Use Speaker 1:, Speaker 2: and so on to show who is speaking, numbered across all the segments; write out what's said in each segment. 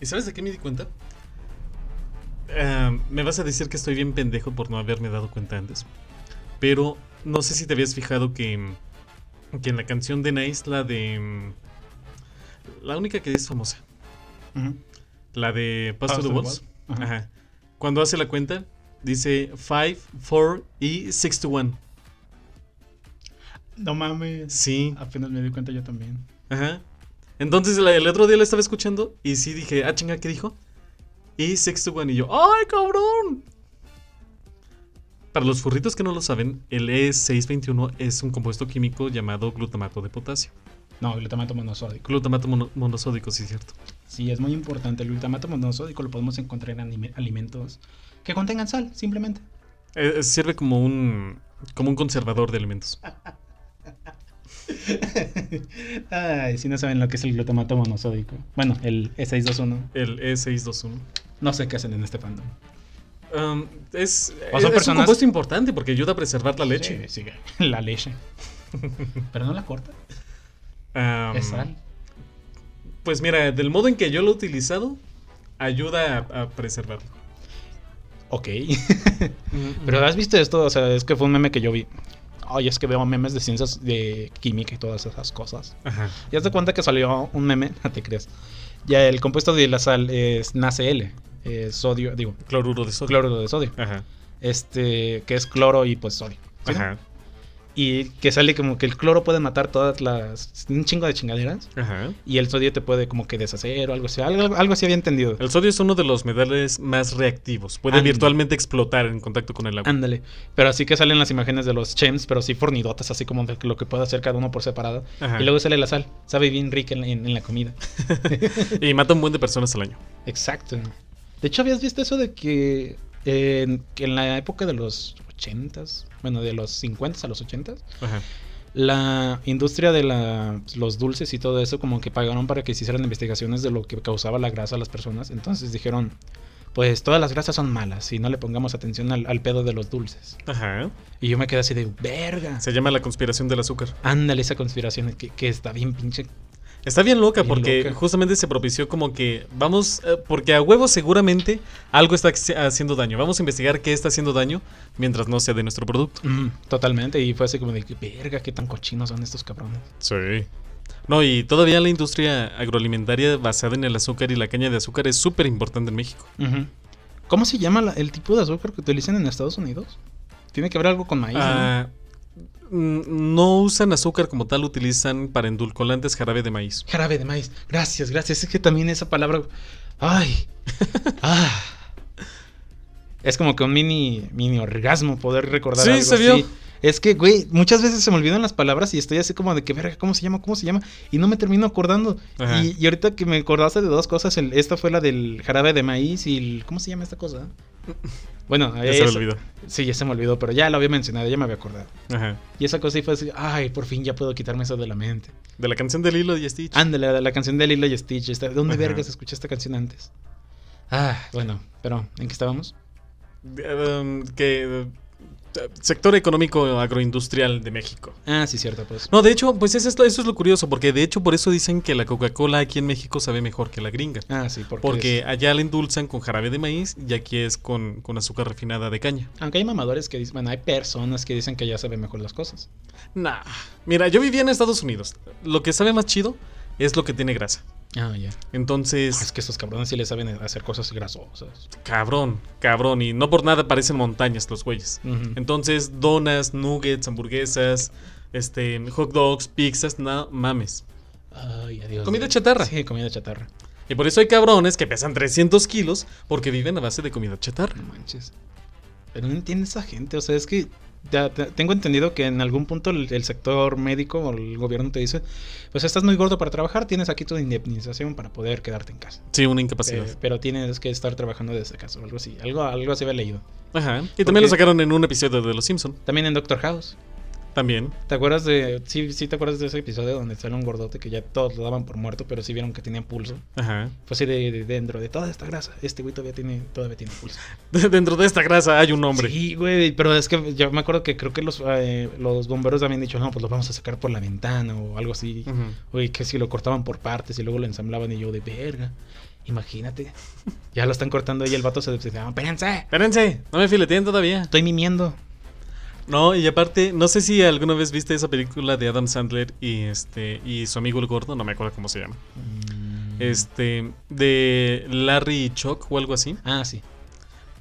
Speaker 1: ¿Y sabes de qué me di cuenta? Ah, me vas a decir que estoy bien pendejo por no haberme dado cuenta antes. Pero no sé si te habías fijado que, mm, que en la canción de Nice, la de. mm, La única que es famosa,
Speaker 2: Ujú.
Speaker 1: la de Pass
Speaker 2: Pass
Speaker 1: to the
Speaker 2: to the
Speaker 1: Walls.
Speaker 2: Walls. Ajá.
Speaker 1: Ajá. Cuando hace la cuenta, dice 5, 4 y 6 to 1.
Speaker 2: No mames.
Speaker 1: Sí.
Speaker 2: Apenas me di cuenta yo también.
Speaker 1: Ajá. Entonces la- el otro día la estaba escuchando y sí dije, ah, chinga, ¿qué dijo? Y Sexto One y yo, ¡ay, cabrón! Para los furritos que no lo saben, el E621 es un compuesto químico llamado glutamato de potasio.
Speaker 2: No, glutamato monosódico.
Speaker 1: Glutamato mono- monosódico, sí, cierto.
Speaker 2: Sí, es muy importante. El glutamato monosódico lo podemos encontrar en anime- alimentos que contengan sal, simplemente.
Speaker 1: Eh, eh, sirve como un, como un conservador de alimentos.
Speaker 2: Ay, si no saben lo que es el glutamato monosódico. Bueno, el E E621.
Speaker 1: El E E621.
Speaker 2: No sé qué hacen en este fandom.
Speaker 1: Um, es
Speaker 2: O son
Speaker 1: es un
Speaker 2: personas-
Speaker 1: compuesto importante porque ayuda a preservar la leche.
Speaker 2: Sí, sí, la leche. Pero no la corta.
Speaker 1: Um,
Speaker 2: Es sal.
Speaker 1: Pues mira, del modo en que yo lo he utilizado, ayuda a, a preservarlo.
Speaker 2: Ok. Pero has visto esto, o sea, es que fue un meme que yo vi. Ay, es que veo memes de ciencias de química y todas esas cosas.
Speaker 1: Ajá.
Speaker 2: Ya te cuenta que salió un meme, no te creas. Ya el compuesto de la sal es NaCl, eh, sodio, digo,
Speaker 1: Cloruro de sodio.
Speaker 2: cloro de sodio.
Speaker 1: Ajá.
Speaker 2: Este, que es cloro y pues sodio. ¿sí?
Speaker 1: Ajá.
Speaker 2: Y que sale como que el cloro puede matar todas las. un chingo de chingaderas.
Speaker 1: Ajá.
Speaker 2: Y el sodio te puede como que deshacer o algo así. Algo, algo así había entendido.
Speaker 1: El sodio es uno de los metales más reactivos. Puede
Speaker 2: Ándale.
Speaker 1: virtualmente explotar en contacto con el agua.
Speaker 2: Ándale. Pero así que salen las imágenes de los chems, pero sí fornidotas, así como de lo que puede hacer cada uno por separado.
Speaker 1: Ajá.
Speaker 2: Y luego sale la sal. Sabe bien rica en, en- en la comida.
Speaker 1: Y mata un buen de personas al año.
Speaker 2: Exacto. De hecho, ¿habías visto eso de que, eh, que en la época de los 80s, bueno, de los 50s a los 80s,
Speaker 1: Ajá.
Speaker 2: la industria de la- los dulces y todo eso como que pagaron para que se hicieran investigaciones de lo que causaba la grasa a las personas? Entonces dijeron, pues todas las grasas son malas y no le pongamos atención al, al pedo de los dulces.
Speaker 1: Ajá.
Speaker 2: Y yo me quedé así de, verga.
Speaker 1: Se llama la conspiración del azúcar.
Speaker 2: Ándale esa conspiración que, que está bien pinche.
Speaker 1: Está bien loca
Speaker 2: Bien
Speaker 1: porque
Speaker 2: loca.
Speaker 1: justamente se propició como que vamos, eh, porque a huevo seguramente algo está haci- haciendo daño. Vamos a investigar qué está haciendo daño mientras no sea de nuestro producto.
Speaker 2: Mm, totalmente. Y fue así como de, que, verga, qué tan cochinos son estos cabrones.
Speaker 1: Sí. No, y todavía la industria agroalimentaria basada en el azúcar y la caña de azúcar es súper importante en México.
Speaker 2: Ujú. ¿Cómo se llama la- el tipo de azúcar que utilizan en Estados Unidos? Tiene que haber algo con maíz.
Speaker 1: Ah, mm, no usan azúcar como tal, utilizan para endulcolantes jarabe de maíz.
Speaker 2: ¿no? Jarabe de maíz. Gracias, gracias. Es que también esa palabra. Ay. Ah. Es como que un mini, mini orgasmo poder recordar.
Speaker 1: Sí,
Speaker 2: algo
Speaker 1: se vio.
Speaker 2: así. Es que, güey, muchas veces se me olvidan las palabras y estoy así como de que, verga, ¿cómo se llama? ¿Cómo se llama? Y no me termino acordando.
Speaker 1: Ajá.
Speaker 2: Y, y ahorita que me acordaste de dos cosas, el- esta fue la del jarabe de maíz y el. ¿Cómo se llama esta cosa? Bueno,
Speaker 1: Ya se me
Speaker 2: esa-
Speaker 1: olvidó.
Speaker 2: Sí, ya se me olvidó, pero ya lo había mencionado, ya me había acordado.
Speaker 1: Ajá.
Speaker 2: Y esa cosa ahí fue así, ay, por fin ya puedo quitarme eso de la mente.
Speaker 1: De la canción de Lilo y Stitch.
Speaker 2: Ándale, la, la canción de Lilo y Stitch, esta- ¿de dónde
Speaker 1: Ajá.
Speaker 2: vergas escuché esta canción antes? Ah, bueno, pero ¿en qué estábamos?
Speaker 1: Eh, um, que eh, sector económico agroindustrial de México.
Speaker 2: Ah, sí, cierto, pues.
Speaker 1: No, de hecho, pues es esto- eso es lo curioso, porque de hecho por eso dicen que la Coca-Cola aquí en México sabe mejor que la gringa.
Speaker 2: Ah, sí, porque...
Speaker 1: Porque
Speaker 2: es-
Speaker 1: allá la endulzan con jarabe de maíz y aquí es con, con azúcar refinada de caña.
Speaker 2: Aunque hay mamadores que dicen, bueno, hay personas que dicen que ya saben mejor las cosas.
Speaker 1: Nah. Mira, yo vivía en Estados Unidos. Lo que sabe más chido es lo que tiene grasa.
Speaker 2: Ah, ya.
Speaker 1: Entonces,
Speaker 2: Es que estos cabrones sí le saben hacer cosas grasosas.
Speaker 1: cabrón, cabrón. Y no por nada parecen montañas los güeyes.
Speaker 2: Ujú.
Speaker 1: Entonces, donas, nuggets, hamburguesas, este, hot dogs, pizzas, nada, mames.
Speaker 2: Ay, adiós.
Speaker 1: Comida chatarra.
Speaker 2: Sí, comida chatarra.
Speaker 1: Y por eso hay cabrones que pesan 300 kilos porque viven a base de comida chatarra.
Speaker 2: No manches. Pero no entiendo esa gente. O sea, es que ya te- tengo entendido que en algún punto el, el sector médico o el gobierno te dice: Pues estás muy gordo para trabajar, tienes aquí tu indemnización para poder quedarte en casa.
Speaker 1: Pues Sí, una
Speaker 2: Eh,
Speaker 1: incapacidad.
Speaker 2: pero tienes que estar trabajando desde casa o algo así. Algo, algo así había leído.
Speaker 1: Ajá. Y también lo
Speaker 2: porque-
Speaker 1: sacaron en un episodio de Los Simpson.
Speaker 2: También en Doctor House.
Speaker 1: También.
Speaker 2: ¿Te acuerdas de. Sí, sí, te acuerdas de ese episodio donde sale un gordote que ya todos lo daban por muerto, pero sí vieron que tenía pulso?
Speaker 1: Ajá.
Speaker 2: Pues sí, de, de- dentro de toda esta grasa, este güey todavía tiene, todavía tiene pulso.
Speaker 1: Dentro de esta grasa hay un hombre.
Speaker 2: Sí, güey, pero es que yo me acuerdo que creo que los, eh, los bomberos habían dicho, no, pues lo vamos a sacar por la ventana o algo así.
Speaker 1: Ujú.
Speaker 2: Oye, que si lo cortaban por partes y luego lo ensamblaban y yo de verga. Imagínate. Ya lo están cortando y el vato se decepciona. Espérense,
Speaker 1: Espérense, no me fileteen todavía.
Speaker 2: estoy mimiendo.
Speaker 1: No, y aparte, no sé si alguna vez viste esa película de Adam Sandler y este y su amigo el gordo, no me acuerdo cómo se llama.
Speaker 2: Mm.
Speaker 1: Este, de Larry y Chuck o algo así.
Speaker 2: Ah, sí.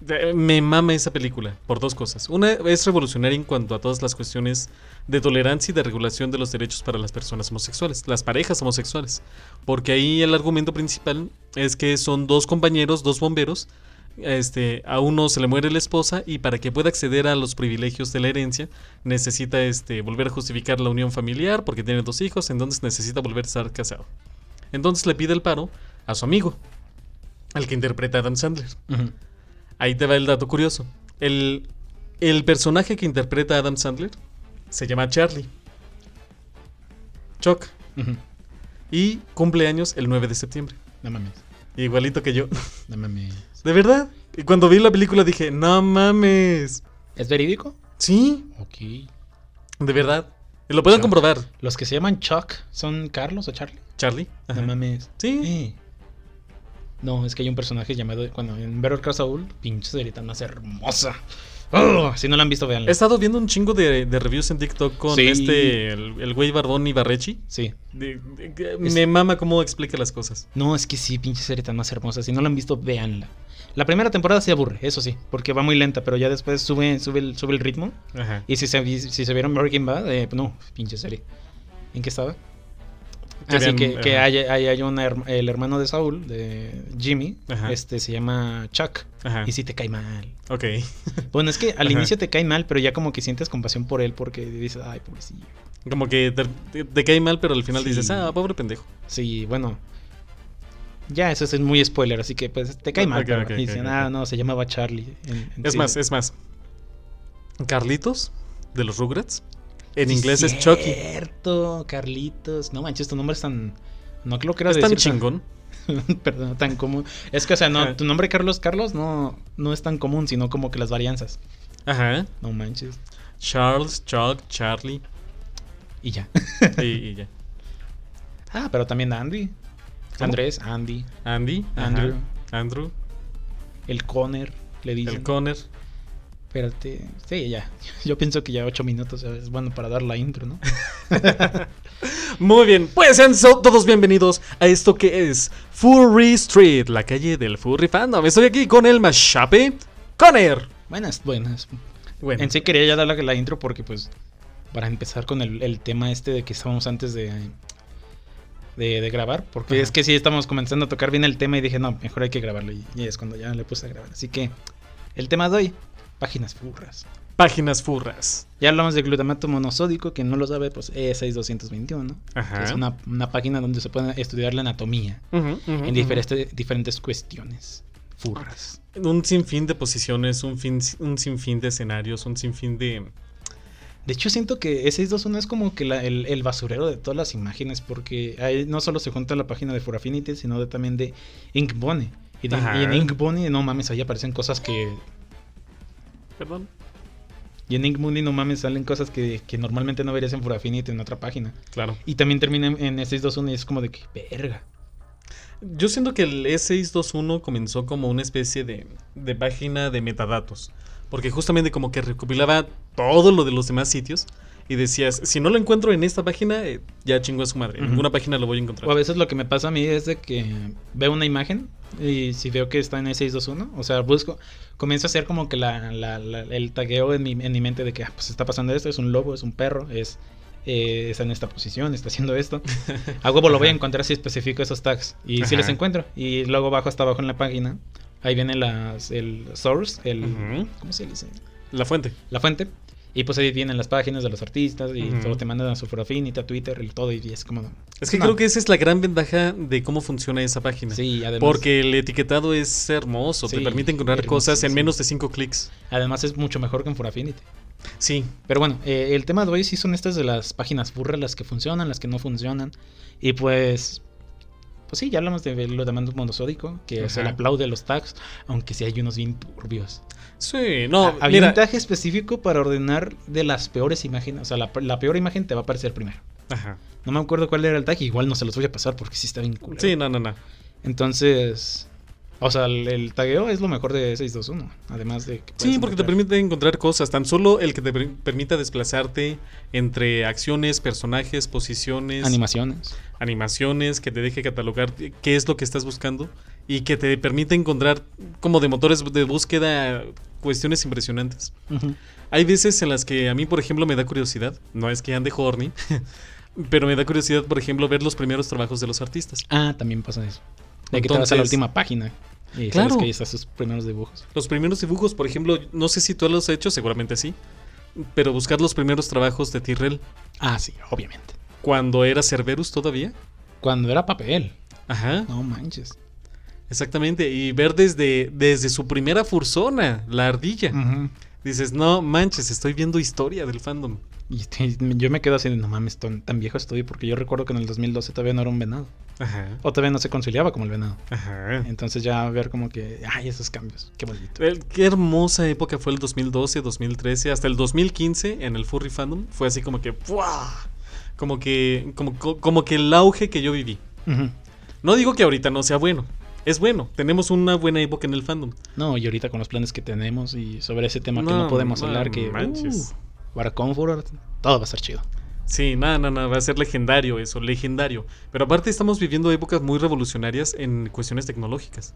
Speaker 1: De- eh, Me mama esa película por dos cosas. Una es revolucionaria en cuanto a todas las cuestiones de tolerancia y de regulación de los derechos para las personas homosexuales, las parejas homosexuales. Porque ahí el argumento principal es que son dos compañeros, dos bomberos. Este, a uno se le muere la esposa y para que pueda acceder a los privilegios de la herencia necesita este, volver a justificar la unión familiar porque tiene dos hijos, entonces necesita volver a estar casado. Entonces le pide el paro a su amigo, al que interpreta Adam Sandler.
Speaker 2: Ujú.
Speaker 1: Ahí te va el dato curioso. El, el personaje que interpreta a Adam Sandler se llama Charlie. Chuck.
Speaker 2: Ujú.
Speaker 1: Y cumple años el 9 de septiembre.
Speaker 2: No mames.
Speaker 1: Igualito que yo.
Speaker 2: No mames.
Speaker 1: De verdad. Y cuando vi la película dije, no mames.
Speaker 2: ¿Es verídico?
Speaker 1: Sí,
Speaker 2: Ok.
Speaker 1: de verdad. Y Lo pueden
Speaker 2: Chuck.
Speaker 1: comprobar,
Speaker 2: ¿Los que se llaman Chuck son Carlos o Charlie?
Speaker 1: Charlie. Ajá.
Speaker 2: No mames.
Speaker 1: Sí.
Speaker 2: Eh. No, es que hay un personaje llamado. Cuando en Better Call Saul, pinche señorita más hermosa. ¡Ugh! si no la han visto,
Speaker 1: He
Speaker 2: véanla.
Speaker 1: estado viendo un chingo de, de reviews en TikTok con
Speaker 2: Sí.
Speaker 1: este, el el güey Barbón y Barrechi.
Speaker 2: Sí.
Speaker 1: De- de- de-
Speaker 2: Es-
Speaker 1: Me mama cómo explica las cosas.
Speaker 2: No, es que sí, pinche serie tan más hermosa. Si no la han visto, véanla. La primera temporada se aburre, eso sí, porque va muy lenta, pero ya después sube, sube, el, sube el ritmo.
Speaker 1: Ajá.
Speaker 2: Y si se, vi- si se vieron Breaking Bad, eh, no, pinche serie. ¿En qué estaba?
Speaker 1: Que
Speaker 2: Así
Speaker 1: vean,
Speaker 2: que, que
Speaker 1: ajá.
Speaker 2: hay, hay, hay un her- el hermano de Saúl, de Jimmy,
Speaker 1: Ajá. Ah.
Speaker 2: este se llama Chuck.
Speaker 1: Ajá.
Speaker 2: Y sí te cae mal.
Speaker 1: Ok.
Speaker 2: Bueno, es que al
Speaker 1: Ajá.
Speaker 2: inicio te cae mal, pero ya como que sientes compasión por él porque dices, ay, pobrecillo.
Speaker 1: Como que te, te- te cae mal, pero al final
Speaker 2: Sí.
Speaker 1: dices, ah, pobre pendejo.
Speaker 2: Sí, bueno. Ya, eso es muy spoiler, así que pues te cae mal.
Speaker 1: Ok,
Speaker 2: pero-
Speaker 1: ok,
Speaker 2: y
Speaker 1: ok,
Speaker 2: dicen,
Speaker 1: ok.
Speaker 2: ah, no, se llamaba Charlie. en- en-
Speaker 1: Es
Speaker 2: sí.
Speaker 1: más, es más. Carlitos, de los Rugrats. En
Speaker 2: Sí,
Speaker 1: inglés es Chucky.
Speaker 2: Cierto, Carlitos. No manches, tu nombre es tan. No creo que era
Speaker 1: Es tan
Speaker 2: decir
Speaker 1: chingón.
Speaker 2: Perdón, tan común. Es que, o sea, no,
Speaker 1: Ajá.
Speaker 2: tu nombre Carlos Carlos no, no es tan común, sino como que las varianzas.
Speaker 1: Ajá.
Speaker 2: No manches.
Speaker 1: Charles, Chuck, Charlie.
Speaker 2: Y ya.
Speaker 1: Y, y ya.
Speaker 2: Ah, pero también Andy.
Speaker 1: ¿Cómo?
Speaker 2: Andrés, Andy,
Speaker 1: Andy. ajá.
Speaker 2: Andrew,
Speaker 1: Andrew.
Speaker 2: el Conner, le dicen.
Speaker 1: El Conner.
Speaker 2: Espérate. Sí, ya. Yo pienso que ya ocho minutos es bueno para dar la intro, ¿no?
Speaker 1: Muy bien. Pues sean so- todos bienvenidos a esto que es Furry Street, la calle del Furry Fandom. Estoy aquí con el Mashape Conner.
Speaker 2: buenas, buenas.
Speaker 1: Bueno,
Speaker 2: En sí quería ya dar la, la intro porque, pues, para empezar con el, el tema este de que estábamos antes de, de, de grabar, porque
Speaker 1: Ajá.
Speaker 2: es que sí estamos comenzando a tocar bien el tema y dije, no, mejor hay que grabarlo. Y, y es cuando ya le puse a grabar. Así que, el tema de hoy, páginas furras.
Speaker 1: páginas furras.
Speaker 2: Ya hablamos de glutamato monosódico, que no lo sabe, pues E6221, ¿no?
Speaker 1: Ajá.
Speaker 2: Que Es una, una página donde se puede estudiar la anatomía
Speaker 1: Ujú, ujú,
Speaker 2: en
Speaker 1: ujú.
Speaker 2: diferentes, diferentes cuestiones furras.
Speaker 1: un sinfín de posiciones, un, fin, un sinfín de escenarios, un sinfín de...
Speaker 2: De hecho, siento que E621 es como que la- el, el basurero de todas las imágenes, porque ahí no solo se junta la página de Furafinity, sino de- también de Inkbone. Y, de-
Speaker 1: Ajá.
Speaker 2: y en Inkbone, no mames, ahí aparecen cosas que.
Speaker 1: Perdón.
Speaker 2: Y en Inkbone, no mames, salen cosas que, que normalmente no verías en Furafinity en otra página.
Speaker 1: Claro.
Speaker 2: Y también termina en, en E621 y es como de que, verga.
Speaker 1: Yo siento que el E E621 comenzó como una especie de, de página de metadatos. Porque justamente como que recopilaba todo lo de los demás sitios. Y decías, si no lo encuentro en esta página, eh, ya chingo a su madre. En
Speaker 2: Ujú.
Speaker 1: ninguna página lo voy a
Speaker 2: O a
Speaker 1: encontrar.
Speaker 2: veces lo que me pasa a mí es de que veo una imagen y si veo que está en E E621, o sea, busco, comienzo a hacer como que la, la- la- el tagueo en mi, en mi mente de que, ah, pues está pasando esto, es un lobo, es un perro, es eh, está en esta posición, está haciendo esto. A huevo lo voy a
Speaker 1: Ajá.
Speaker 2: encontrar si especifico esos tags y si los
Speaker 1: Ajá.
Speaker 2: encuentro. Y luego bajo hasta abajo en la página, ahí viene las, el source, el...
Speaker 1: Ujú.
Speaker 2: ¿Cómo se dice?
Speaker 1: La fuente.
Speaker 2: la fuente. Y pues ahí vienen las páginas de los artistas y
Speaker 1: Ujú.
Speaker 2: todo te mandan a su Furafinity, a Twitter y todo y es como...
Speaker 1: Es que
Speaker 2: No.
Speaker 1: creo que esa es la gran ventaja de cómo funciona esa página.
Speaker 2: Ah. Sí, además...
Speaker 1: Porque el etiquetado es hermoso, te
Speaker 2: Sí,
Speaker 1: permite encontrar cosas en
Speaker 2: hermosísimo.
Speaker 1: menos de 5 clics.
Speaker 2: Además es mucho mejor que en Furafinity.
Speaker 1: Sí,
Speaker 2: Pero bueno, eh, el tema de hoy sí son estas de las páginas burras, las que funcionan, las que no funcionan. Y pues. Pues sí, ya hablamos de lo llamando monosódico, que se le
Speaker 1: Ajá.
Speaker 2: aplaude a los tags, aunque sí hay unos bien turbios.
Speaker 1: sí, no,
Speaker 2: Ha- Había
Speaker 1: Oh, mira,
Speaker 2: un tag específico para ordenar de las peores imágenes. O sea, la, la peor imagen te va a aparecer primero.
Speaker 1: ajá.
Speaker 2: No me acuerdo cuál era el tag, igual no se los voy a pasar porque sí está bien culero.
Speaker 1: Sí, no, no, no.
Speaker 2: Entonces. O sea, el, el tagueo es lo mejor de 621. Además de que.
Speaker 1: Sí,
Speaker 2: puedes
Speaker 1: porque te
Speaker 2: encontrar-
Speaker 1: permite encontrar cosas, tan solo el que te per- permita desplazarte entre acciones, personajes, posiciones,
Speaker 2: Animaciones.
Speaker 1: animaciones, que te deje catalogar qué es lo que estás buscando y que te permite encontrar como de motores de búsqueda cuestiones impresionantes.
Speaker 2: Ujú.
Speaker 1: Hay veces en las que a mí, por ejemplo, me da curiosidad, no es que ande horny, pero me da curiosidad, por ejemplo, ver los primeros trabajos de los artistas.
Speaker 2: Ah, también pasa eso. De que te vas a
Speaker 1: Entonces-
Speaker 2: la última página. Y
Speaker 1: Claro.
Speaker 2: sabes que ahí están sus primeros dibujos.
Speaker 1: Los primeros dibujos, por ejemplo, no sé si tú los has hecho, seguramente sí, pero buscar los primeros trabajos de Tyrell
Speaker 2: Ah, sí, obviamente.
Speaker 1: cuando era Cerberus todavía.
Speaker 2: Cuando era papel.
Speaker 1: Ajá,
Speaker 2: No manches.
Speaker 1: exactamente. Y ver desde, desde su primera fursona, la ardilla.
Speaker 2: Ujú.
Speaker 1: Dices, no manches, estoy viendo historia del fandom.
Speaker 2: Y este, yo me quedo así de, no mames, tan, tan viejo estoy. Porque yo recuerdo que en el 2012 todavía no era un venado.
Speaker 1: Ajá,
Speaker 2: O todavía no se conciliaba como el venado.
Speaker 1: ajá.
Speaker 2: Entonces ya ver como que, ay, esos cambios. Qué bonito.
Speaker 1: El- qué hermosa época fue el 2012, 2013, hasta el 2015 en el furry fandom. Fue así como que, ¡buah! Como que, como, co- como que el auge que yo viví.
Speaker 2: Ujú.
Speaker 1: No digo que ahorita no sea bueno. Es bueno, tenemos una buena época en el fandom.
Speaker 2: No, y ahorita con los planes que tenemos y sobre ese tema que
Speaker 1: No,
Speaker 2: no podemos
Speaker 1: no
Speaker 2: hablar, que...
Speaker 1: manches.
Speaker 2: uh, para Comfort, todo va a ser chido.
Speaker 1: Sí, nada, nada, nada, va a ser legendario eso, legendario. Pero aparte estamos viviendo épocas muy revolucionarias en cuestiones tecnológicas.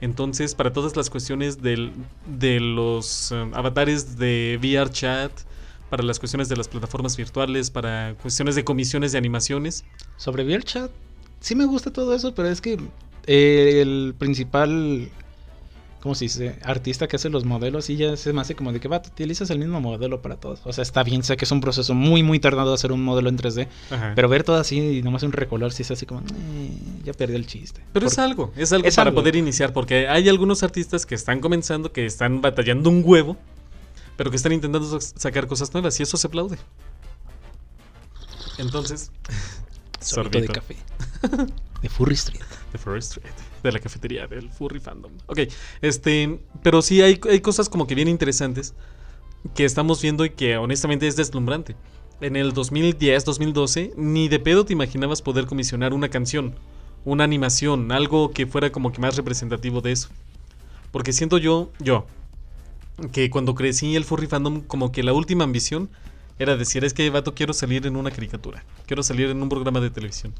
Speaker 1: Entonces, para todas las cuestiones del- de los eh, avatares de VR chat, para las cuestiones de las plataformas virtuales, para cuestiones de comisiones de animaciones.
Speaker 2: Sobre VRChat, sí me gusta todo eso, pero es que eh, el principal, ¿cómo se dice? Artista que hace los modelos y ya se me hace como de que, va, utilizas el mismo modelo para todos. O sea, está bien, sé que es un proceso muy, muy tardado hacer un modelo en 3D,
Speaker 1: Ajá. Pero,
Speaker 2: pero ver todo así y nomás un recolor, sí es así como, "Eh, ya perdí el chiste.
Speaker 1: es algo, es algo
Speaker 2: es
Speaker 1: para
Speaker 2: algo.
Speaker 1: poder iniciar, porque hay algunos artistas que están comenzando, que están batallando un huevo, pero que están intentando sa- sacar cosas nuevas y eso se aplaude. Entonces,
Speaker 2: Sorbito de
Speaker 1: sorbito.
Speaker 2: café. De Furry Street.
Speaker 1: The First Street, de la cafetería del Furry Fandom. Ok, este, pero sí hay, hay cosas como que bien interesantes que estamos viendo y que honestamente es deslumbrante. En el 2010, 2012, ni de pedo te imaginabas poder comisionar una canción, una animación, algo que fuera como que más representativo de eso. Porque siento yo, yo, que cuando crecí el Furry Fandom, como que la última ambición era decir, es que vato, quiero salir en una caricatura, quiero salir en un programa de televisión.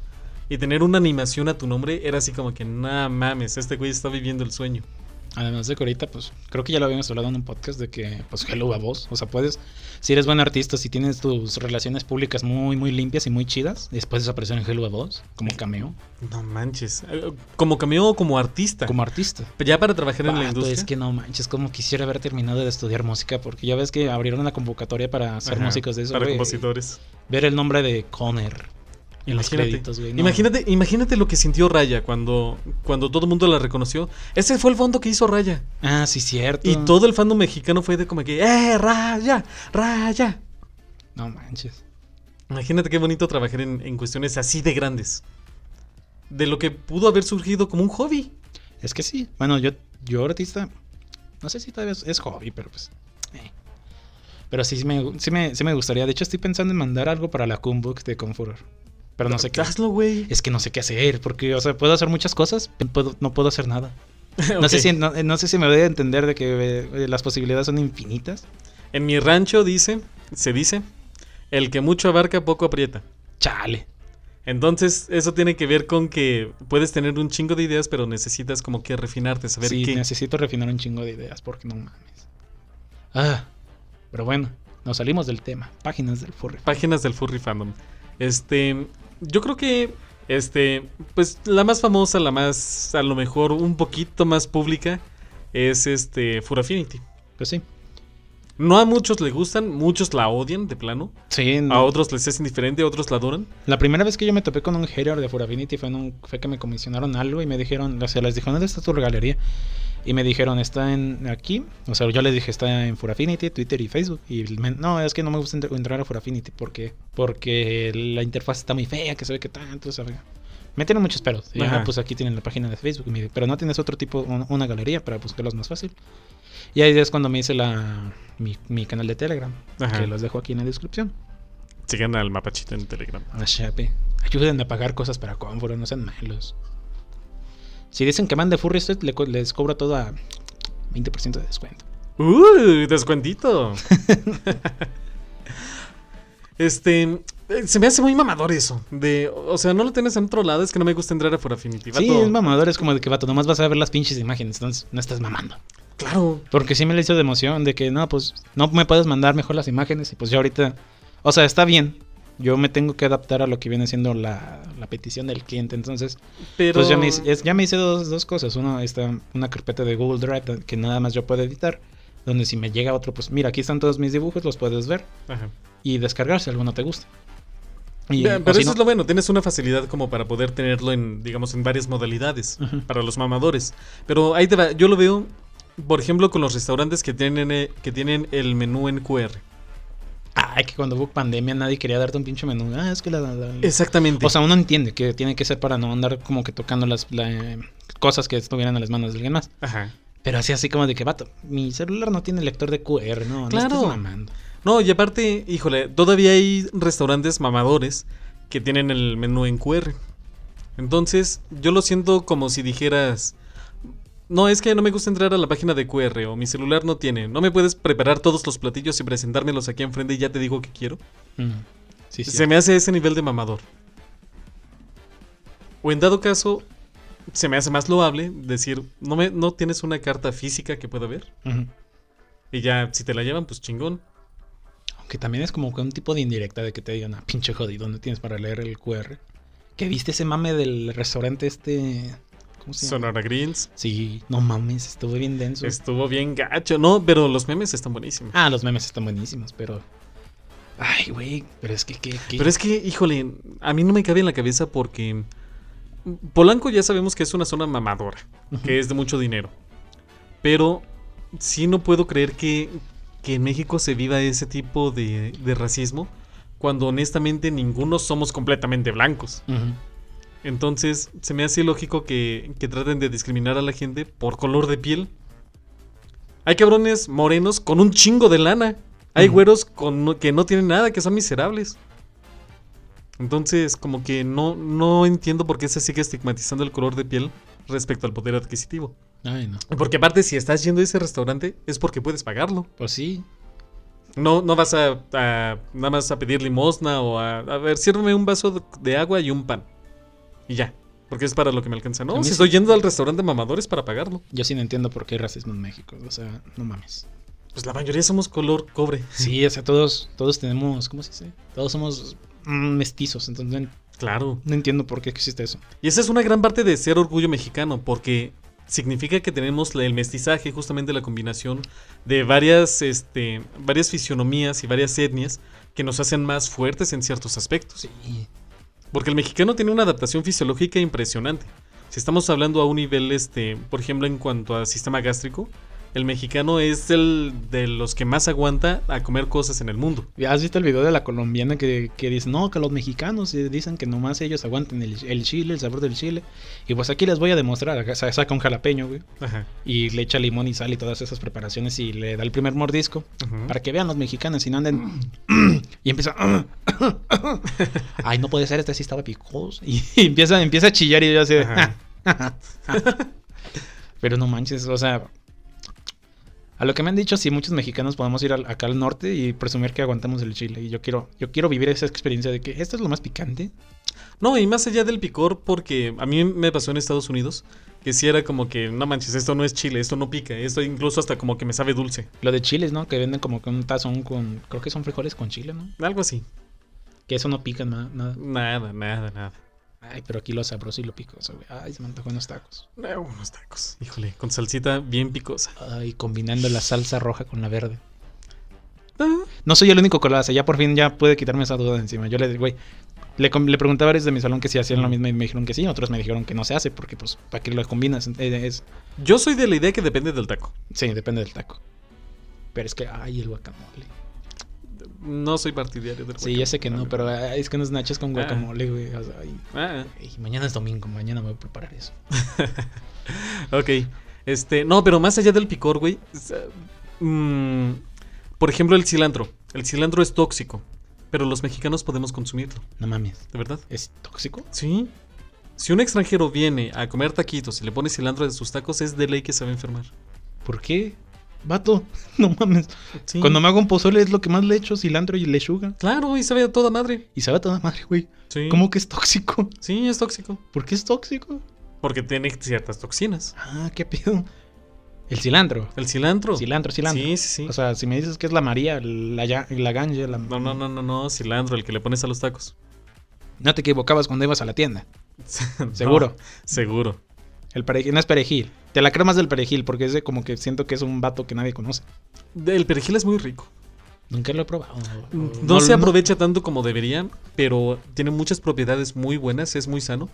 Speaker 1: Y tener una animación a tu nombre era así como que, nah mames, este güey está viviendo el sueño.
Speaker 2: Además de que ahorita, pues, creo que ya lo habíamos hablado en un podcast de que, pues, hello a vos. O sea, puedes, si eres buen artista, si tienes tus relaciones públicas muy, muy limpias y muy chidas, después desaparecer en hello a vos como cameo,
Speaker 1: No manches. Eh, Como cameo o como artista.
Speaker 2: como artista.
Speaker 1: ya para trabajar en la
Speaker 2: Vato,
Speaker 1: industria.
Speaker 2: es que no manches, como quisiera haber terminado de estudiar música, porque ya ves que abrieron la convocatoria para hacer
Speaker 1: Ajá,
Speaker 2: músicos de eso.
Speaker 1: Para
Speaker 2: güey.
Speaker 1: compositores.
Speaker 2: Ver el nombre de Conner en los
Speaker 1: Imagínate.
Speaker 2: créditos, güey. no.
Speaker 1: Imagínate, imagínate lo que sintió Raya cuando, cuando todo el mundo la reconoció. Ese fue el fondo que hizo Raya.
Speaker 2: Ah, sí, cierto.
Speaker 1: Y todo el fandom mexicano fue de como que, ¡eh, Raya! ¡Raya!
Speaker 2: No manches.
Speaker 1: Imagínate qué bonito trabajar en, en cuestiones así de grandes. De lo que pudo haber surgido como un hobby.
Speaker 2: Es que sí. Bueno, yo, yo artista, no sé si todavía es, es hobby, pero pues. eh. Pero sí, sí me, sí, me, sí me gustaría. De hecho, estoy pensando en mandar algo para la Book de Confuror. Pero no sé qué.
Speaker 1: Hazlo, güey.
Speaker 2: Es que no sé qué hacer, porque, o sea, puedo hacer muchas cosas, pero puedo- no puedo hacer nada. No, sé
Speaker 1: Ok.
Speaker 2: si, no, no sé si me voy a entender de que eh, las posibilidades son infinitas.
Speaker 1: En mi rancho dice, se dice, el que mucho abarca poco aprieta.
Speaker 2: Chale.
Speaker 1: Entonces, eso tiene que ver con que puedes tener un chingo de ideas, pero necesitas como que refinarte, saber
Speaker 2: sí,
Speaker 1: qué.
Speaker 2: necesito refinar un chingo de ideas, porque no mames. Ah, pero bueno, nos salimos del tema. Páginas del furry.
Speaker 1: Páginas del furry fandom. Este, yo creo que este, pues la más famosa, la más a lo mejor un poquito más pública es este Furaffinity.
Speaker 2: Pues sí.
Speaker 1: No a muchos le gustan, muchos la odian de plano.
Speaker 2: Sí, no.
Speaker 1: A otros les es indiferente, a otros la adoran.
Speaker 2: La primera vez que yo me topé con un hater de Furafinity fue, en un, fue que me comisionaron algo y me dijeron, o sea, les dije, ¿dónde está tu galería? Y me dijeron, está en aquí. O sea, yo les dije, está en Furafinity, Twitter y Facebook. Y me- no, es que no me gusta entr- entrar a Furafinity. ¿Por qué? Porque la interfaz está muy fea, que se ve que tanto, se ve. Me tienen muchos peros. Y,
Speaker 1: Ajá.
Speaker 2: ah, pues aquí tienen la página de Facebook. y me di- Pero no tienes otro tipo, un- una galería para buscarlos más fácil. Y ahí es cuando me hice la, mi, mi canal de Telegram.
Speaker 1: Ajá.
Speaker 2: Que los dejo aquí en la descripción.
Speaker 1: Sigan al mapachito en Telegram.
Speaker 2: Ah, chape. Ayúdenme a pagar cosas para Comfort, no sean malos. Si dicen que mande Furry Street, le co- les cobro todo a 20% de descuento.
Speaker 1: ¡Uh! ¡Descuentito! este. eh, Se me hace muy mamador eso. De, o sea, no lo tienes en otro lado, es que no me gusta entrar a por Affinity.
Speaker 2: Sí,
Speaker 1: vato.
Speaker 2: es mamador, es como de que vato, nomás vas a ver las pinches imágenes, entonces no estás mamando.
Speaker 1: Claro.
Speaker 2: Porque sí me le hizo de emoción de que no, pues no me puedes mandar mejor las imágenes y pues yo ahorita, o sea, está bien. Yo me tengo que adaptar a lo que viene siendo la, la petición del cliente, entonces
Speaker 1: Pero.
Speaker 2: Entonces Pues ya me, hice- es- ya me hice dos, dos cosas. Uno, está una carpeta de Google Drive do- que nada más yo puedo editar. Donde si me llega otro, pues mira, aquí están todos mis dibujos, los puedes ver
Speaker 1: Ajá.
Speaker 2: y descargar si alguno te gusta. Y,
Speaker 1: Ve-
Speaker 2: o
Speaker 1: Pero
Speaker 2: si
Speaker 1: eso
Speaker 2: no-
Speaker 1: es lo bueno, tienes una facilidad como para poder tenerlo en, digamos, en varias modalidades
Speaker 2: Ujú.
Speaker 1: para los mamadores. Pero ahí te va, yo lo veo, por ejemplo, con los restaurantes que tienen, eh, que tienen el menú en QR.
Speaker 2: Ay, que cuando hubo pandemia nadie quería darte un pinche menú. Ah, es que la. la- la-
Speaker 1: Exactamente.
Speaker 2: O sea, uno entiende que tiene que ser para no andar como que tocando las la, eh, cosas que estuvieran en las manos de alguien más.
Speaker 1: Ajá.
Speaker 2: Pero así, así como de que, vato, mi celular no tiene lector de QR, no,
Speaker 1: Claro.
Speaker 2: no estás mamando.
Speaker 1: No, y aparte, híjole, todavía hay restaurantes mamadores que tienen el menú en QR. Entonces, yo lo siento como si dijeras, no, es que no me gusta entrar a la página de QR o mi celular no tiene, no me puedes preparar todos los platillos y presentármelos aquí enfrente y ya te digo que quiero.
Speaker 2: Mm. Sí, sí.
Speaker 1: Se me hace ese nivel de mamador. O en dado caso, se me hace más loable decir, no, me, no tienes una carta física que pueda ver.
Speaker 2: Ujú.
Speaker 1: Y ya, si te la llevan, pues chingón.
Speaker 2: Aunque también es como que un tipo de indirecta de que te digan, ah, pinche jodido, no tienes para leer el QR. Que viste ese mame del restaurante este. ¿Cómo se llama?
Speaker 1: Sonora Greens.
Speaker 2: Sí, no mames, estuvo bien denso.
Speaker 1: Estuvo bien gacho. No, pero los memes están buenísimos.
Speaker 2: Ah, los memes están buenísimos, pero. Ay, güey, pero es que. que- que-
Speaker 1: Pero es que, híjole, a mí no me cabe en la cabeza porque Polanco ya sabemos que es una zona mamadora, que es de mucho dinero. Pero sí no puedo creer que, que en México se viva ese tipo de, de racismo cuando honestamente ninguno somos completamente blancos.
Speaker 2: Ujú.
Speaker 1: Entonces se me hace ilógico que, que traten de discriminar a la gente por color de piel. Hay cabrones morenos con un chingo de lana. Hay
Speaker 2: Ujú.
Speaker 1: güeros con, no- que no tienen nada, que son miserables. Entonces, como que no, no entiendo por qué se sigue estigmatizando el color de piel respecto al poder adquisitivo.
Speaker 2: Ay, no.
Speaker 1: Porque aparte, si estás yendo a ese restaurante, es porque puedes pagarlo.
Speaker 2: Pues sí.
Speaker 1: No, no vas a, a- nada más a pedir limosna o a, a ver, sírveme un vaso de- de agua y un pan. Y ya, porque es para lo que me alcanza.
Speaker 2: A
Speaker 1: No,
Speaker 2: mí
Speaker 1: si
Speaker 2: sí.
Speaker 1: estoy yendo al restaurante mamador es para pagarlo.
Speaker 2: Yo sí no entiendo por qué hay racismo en México. O sea, no mames.
Speaker 1: Pues la mayoría somos color cobre.
Speaker 2: Sí, o sea, todos, todos tenemos. ¿Cómo se dice? Todos somos mm, mestizos. Entonces no,
Speaker 1: Claro.
Speaker 2: no entiendo por qué existe eso.
Speaker 1: Y esa es una gran parte de ser orgullo mexicano, porque significa que tenemos el mestizaje, justamente la combinación de varias, este, varias fisionomías y varias etnias que nos hacen más fuertes en ciertos aspectos.
Speaker 2: Sí.
Speaker 1: Porque el mexicano tiene una adaptación fisiológica impresionante. Si estamos hablando a un nivel, este, por ejemplo, en cuanto a sistema gástrico, el mexicano es el de los que más aguanta a comer cosas en el mundo.
Speaker 2: ¿Has visto el video de la colombiana que, que dice, no, que los mexicanos eh, dicen que nomás ellos aguantan el, el chile, el sabor del chile? Y pues aquí les voy a demostrar, Acá sa- saca un jalapeño, güey,
Speaker 1: Ajá.
Speaker 2: y le echa limón y sal y todas esas preparaciones y le da el primer mordisco
Speaker 1: Ujú.
Speaker 2: para que vean los mexicanos y no anden... y empieza... Ay, no puede ser, este sí estaba picoso. Y, empieza, empieza a chillar y yo así de...
Speaker 1: Ajá.
Speaker 2: Pero no manches, o sea... A lo que me han dicho, sí, muchos mexicanos podemos ir al- acá al norte y presumir que aguantamos el chile. Y yo quiero, yo quiero vivir esa experiencia de que esto es lo más picante.
Speaker 1: No, y más allá del picor, porque a mí me pasó en Estados Unidos, que si era como que, no manches, esto no es chile, esto no pica, esto incluso hasta como que me sabe dulce,
Speaker 2: Lo de chiles, ¿no? Que venden como que un tazón con... Creo que son frijoles con chile, ¿no?
Speaker 1: algo así.
Speaker 2: Que eso no pica na- nada.
Speaker 1: Nada, nada, nada.
Speaker 2: Ay, pero aquí lo sabroso y lo picoso, güey. Ay, se me antojó unos tacos.
Speaker 1: Eh, unos tacos, híjole, con salsita bien picosa.
Speaker 2: Ay, combinando la salsa roja con la verde.
Speaker 1: Ah,
Speaker 2: No soy el único que lo hace, ya por fin ya pude quitarme esa duda de encima. Yo le digo, güey, le, com- le pregunté a varios de mi salón que si hacían lo mismo y me dijeron que sí, otros me dijeron que no se hace porque pues para qué lo combinas. Eh, es-
Speaker 1: Yo soy de la idea que depende del taco.
Speaker 2: sí, depende del taco. Pero es que, ay, el guacamole.
Speaker 1: No soy partidario del
Speaker 2: Sí, ya sé que no,
Speaker 1: guacamole.
Speaker 2: pero ay, es que unos nachos con guacamole, güey. o sea, ay,
Speaker 1: Ah,
Speaker 2: ay, mañana es domingo, mañana me voy a preparar eso.
Speaker 1: ok. Este, no, pero más allá del picor, güey. es, eh, mm, por ejemplo, el cilantro. El cilantro es tóxico, pero los mexicanos podemos consumirlo,
Speaker 2: No mames,
Speaker 1: ¿de verdad?
Speaker 2: ¿es tóxico?
Speaker 1: Sí. Si un extranjero viene a comer taquitos y le pone cilantro en sus tacos, es de ley que se va a enfermar.
Speaker 2: ¿Por qué? Vato, no mames.
Speaker 1: Sí.
Speaker 2: Cuando me hago un pozole es lo que más le echo, cilantro y lechuga.
Speaker 1: Claro, y sabe a toda madre.
Speaker 2: Y sabe a toda madre, güey.
Speaker 1: Sí.
Speaker 2: ¿Cómo que es tóxico?
Speaker 1: Sí, es tóxico.
Speaker 2: ¿Por qué es tóxico?
Speaker 1: Porque tiene ciertas toxinas.
Speaker 2: Ah, qué pedo. El cilantro.
Speaker 1: El cilantro.
Speaker 2: Cilantro, cilantro.
Speaker 1: Oh. Sí, sí, sí.
Speaker 2: O sea, si me dices que es la María, la, ya- la ganja, la...
Speaker 1: no, no, no, no, no, cilantro, el que le pones a los tacos.
Speaker 2: No te equivocabas cuando ibas a la tienda.
Speaker 1: No,
Speaker 2: Seguro.
Speaker 1: Ah. seguro.
Speaker 2: El perejil, no es perejil. Te la cremas del perejil porque es de como que siento que es un vato que nadie conoce.
Speaker 1: El perejil es muy rico.
Speaker 2: Nunca lo he probado.
Speaker 1: Mm. No,
Speaker 2: Mm,
Speaker 1: se aprovecha tanto como debería, pero tiene muchas propiedades muy buenas, es muy sano.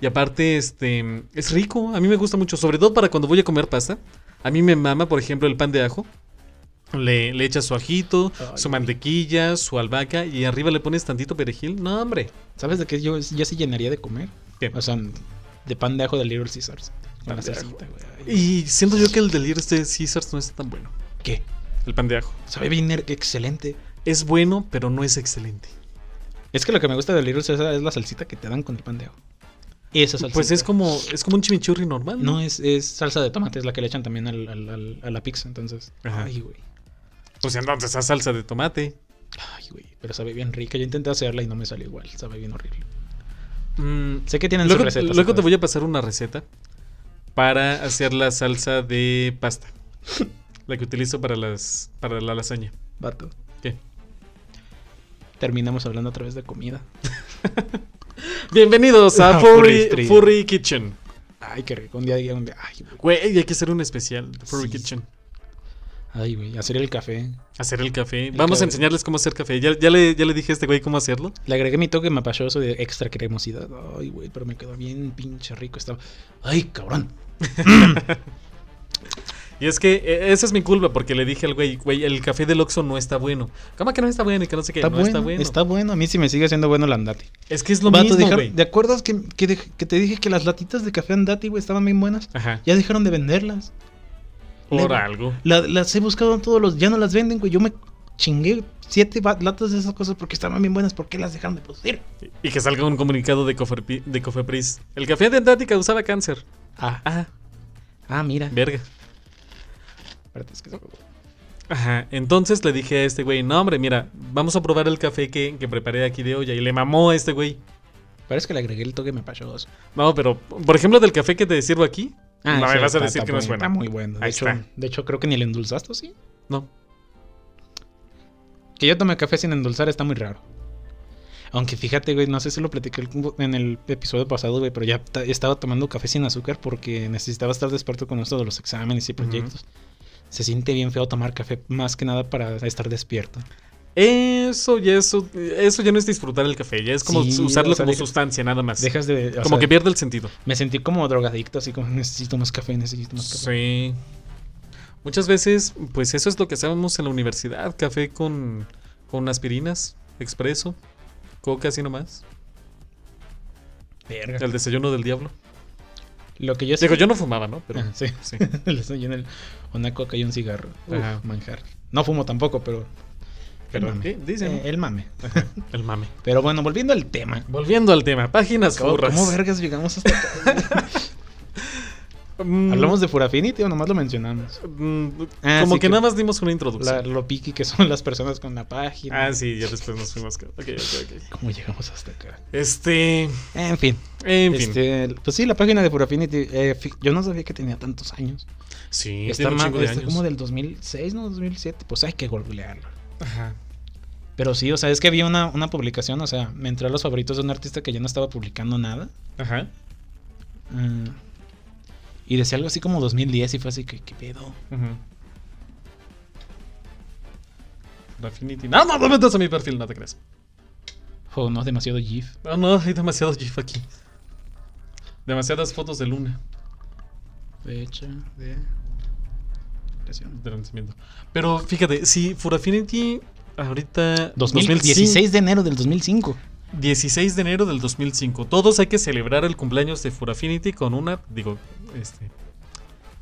Speaker 1: Y aparte, este, es rico, a mí me gusta mucho, sobre todo para cuando voy a comer pasta. A mí me mama, por ejemplo, el pan de ajo. Le, le echas su ajito,
Speaker 2: Ay,
Speaker 1: su
Speaker 2: güey.
Speaker 1: mantequilla, su albahaca y arriba le pones tantito perejil. No, hombre.
Speaker 2: ¿Sabes de qué yo, yo sí llenaría de comer?
Speaker 1: ¿Qué?
Speaker 2: O sea, de pan de ajo de Little Caesars.
Speaker 1: Pan
Speaker 2: Con la
Speaker 1: de ajo.
Speaker 2: salsita, güey. Ay,
Speaker 1: Y siento yo que el del este Caesars no está tan bueno.
Speaker 2: ¿Qué?
Speaker 1: El pan de ajo.
Speaker 2: Sabe bien er- excelente.
Speaker 1: Es bueno, pero no es excelente.
Speaker 2: Es que lo que me gusta de Little Caesars es la salsita que te dan con el pan de ajo. Y esa salsita.
Speaker 1: Pues es como, es como un chimichurri normal.
Speaker 2: No, es, es salsa de tomate, es la que le echan también al- al- al- a la pizza, entonces.
Speaker 1: Ajá.
Speaker 2: Ay, güey.
Speaker 1: Pues entonces haz salsa de tomate.
Speaker 2: Ay, güey. Pero sabe bien rica. Yo intenté hacerla y no me salió igual. Sabe bien horrible.
Speaker 1: Mm,
Speaker 2: Sé que tienen
Speaker 1: luego
Speaker 2: sus recetas.
Speaker 1: luego te voy a pasar una receta para hacer la salsa de pasta. la que utilizo para las para la lasaña.
Speaker 2: Vato.
Speaker 1: ¿Qué?
Speaker 2: Terminamos hablando otra vez de comida.
Speaker 1: Bienvenidos a
Speaker 2: Ah, Furry
Speaker 1: Furry,
Speaker 2: Street.
Speaker 1: Furry Kitchen.
Speaker 2: Ay, qué rico. Un día, día, un día. Ay, güey.
Speaker 1: Güey, hay que hacer un especial de Furry
Speaker 2: Sí.
Speaker 1: Kitchen.
Speaker 2: Ay, güey. Hacer el café.
Speaker 1: Hacer el café. Vamos
Speaker 2: café.
Speaker 1: a enseñarles cómo hacer café. Ya, ya le, ya le dije a este güey cómo hacerlo.
Speaker 2: Le agregué mi toque mapachoso de extra cremosidad. Ay, güey. Pero me quedó bien pinche rico. Estaba. Ay, cabrón.
Speaker 1: Y es que eh, esa es mi culpa porque le dije al güey, güey, el café del Oxxo no está bueno. ¿Cómo que no está bueno y que no sé qué?
Speaker 2: Está,
Speaker 1: no
Speaker 2: bueno,
Speaker 1: está bueno.
Speaker 2: Está bueno. A mí sí me sigue siendo bueno el andate.
Speaker 1: Es que es lo
Speaker 2: Vato,
Speaker 1: mismo,
Speaker 2: dejar-
Speaker 1: güey.
Speaker 2: ¿De acuerdas que, que dej- que te dije que las latitas de café Andati, güey, estaban bien buenas?
Speaker 1: Ajá.
Speaker 2: Ya dejaron de venderlas.
Speaker 1: Por
Speaker 2: Le-
Speaker 1: algo.
Speaker 2: La- las he buscado en todos los... Ya no las venden, güey. Yo me chingué siete va- latas de esas cosas porque estaban bien buenas. ¿Por qué las dejaron de producir?
Speaker 1: Y que salga un comunicado de, Coferpi- de Cofepris. El café de Andati causaba cáncer.
Speaker 2: Ah,
Speaker 1: Ah,
Speaker 2: ah mira.
Speaker 1: verga.
Speaker 2: Espérate, es que se-
Speaker 1: Ajá. Entonces le dije a este güey, no hombre, mira, vamos a probar el café que, que preparé aquí de olla. Y le mamó a este güey.
Speaker 2: Parece que le agregué el toque mapachoso.
Speaker 1: No, pero, por ejemplo, del café que te sirvo aquí, no me
Speaker 2: sí,
Speaker 1: vas a
Speaker 2: está-
Speaker 1: decir
Speaker 2: está
Speaker 1: que no Ah, es
Speaker 2: bueno,
Speaker 1: bueno.
Speaker 2: Está muy bueno. De
Speaker 1: Ahí
Speaker 2: hecho,
Speaker 1: está.
Speaker 2: de hecho, creo que ni le endulzaste, ¿o ¿sí?
Speaker 1: No.
Speaker 2: Que yo tome café sin endulzar está muy raro. Aunque fíjate, güey, no sé si lo platiqué el- en el episodio pasado, güey, pero ya ta- estaba tomando café sin azúcar porque necesitaba estar despierto con esto de los exámenes y proyectos. Se siente bien feo tomar café más que nada para estar despierto.
Speaker 1: Eso ya, eso, eso ya no es disfrutar el café, ya es como
Speaker 2: Sí,
Speaker 1: usarlo
Speaker 2: o sea,
Speaker 1: como
Speaker 2: deja-
Speaker 1: sustancia nada más.
Speaker 2: Dejas de. o
Speaker 1: como
Speaker 2: sea,
Speaker 1: que pierde el sentido.
Speaker 2: me sentí como drogadicto, así como necesito más café, necesito más
Speaker 1: Sí.
Speaker 2: café.
Speaker 1: Muchas veces, pues eso es lo que hacíamos en la universidad, café con, con aspirinas, expreso, coca así nomás,
Speaker 2: Verga.
Speaker 1: el desayuno del diablo.
Speaker 2: Lo que yo
Speaker 1: Digo, yo no fumaba, ¿no? Pero
Speaker 2: Ah, sí.
Speaker 1: sí.
Speaker 2: Les doy en el- una coca y un cigarro. Uf,
Speaker 1: Ajá.
Speaker 2: manjar. No fumo tampoco, pero.
Speaker 1: Pero,
Speaker 2: el mame.
Speaker 1: ¿qué dicen?
Speaker 2: Eh, el mame.
Speaker 1: El mame.
Speaker 2: Pero bueno, volviendo al tema.
Speaker 1: Volviendo al tema, páginas
Speaker 2: ¿Cómo,
Speaker 1: furras.
Speaker 2: cómo vergas llegamos hasta acá?
Speaker 1: Mm,
Speaker 2: ¿Hablamos de Furafinity o nomás lo mencionamos?
Speaker 1: mm,
Speaker 2: Ah,
Speaker 1: como
Speaker 2: sí,
Speaker 1: que, nada más dimos una
Speaker 2: La-
Speaker 1: introducción.
Speaker 2: lo piqui que son las personas con la página.
Speaker 1: Pues Ah, sí, ya después nos fuimos. Ok, ok, ok.
Speaker 2: ¿Cómo llegamos hasta acá?
Speaker 1: Este,
Speaker 2: En fin.
Speaker 1: en fin.
Speaker 2: Este, pues sí, la página de Furafinity. eh, fi- yo no sabía que tenía tantos años.
Speaker 1: Sí,
Speaker 2: Está,
Speaker 1: tiene un
Speaker 2: ma-
Speaker 1: chingo de
Speaker 2: está
Speaker 1: años.
Speaker 2: como del 2006, ¿no? 2007. Pues hay que googlearlo.
Speaker 1: Ajá.
Speaker 2: Pero sí, o sea, es que vi una, una publicación, o sea, me entré a los favoritos de un artista que ya no estaba publicando nada.
Speaker 1: Ajá.
Speaker 2: Mm. Y decía algo así como 2010 y fue así que, ¿qué pedo?
Speaker 1: Ujú. Raffinity. No, no, no metas a mi perfil, no te creas.
Speaker 2: O no es demasiado GIF.
Speaker 1: No, no, hay demasiado GIF aquí. Demasiadas fotos de luna,
Speaker 2: Fecha de. creación.
Speaker 1: de lanzamiento. Pero fíjate, si Furafinity ahorita...
Speaker 2: 2016 de enero del 2005.
Speaker 1: 16 de enero del 2005. Todos hay que celebrar el cumpleaños de Furafinity con una, digo, este...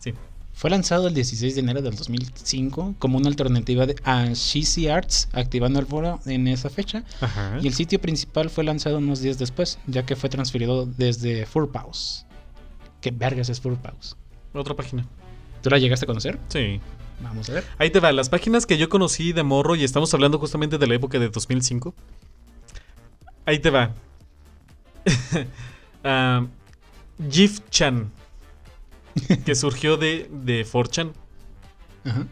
Speaker 1: Sí.
Speaker 2: Fue lanzado el 16 de enero del 2005 como una alternativa de, a Cheesy Arts, activando el foro en esa fecha.
Speaker 1: Ajá.
Speaker 2: Y el sitio principal fue lanzado unos días después, ya que fue transferido desde Furpaus. ¿Qué vergas es Furpaus?
Speaker 1: Otra página.
Speaker 2: ¿Tú la llegaste a conocer?
Speaker 1: Sí.
Speaker 2: Vamos a ver.
Speaker 1: Ahí te va, las páginas que yo conocí de morro y estamos hablando justamente de la época de 2005. Ahí te va. Ah, Gif Chan, que surgió de, de 4chan.
Speaker 2: Ajá.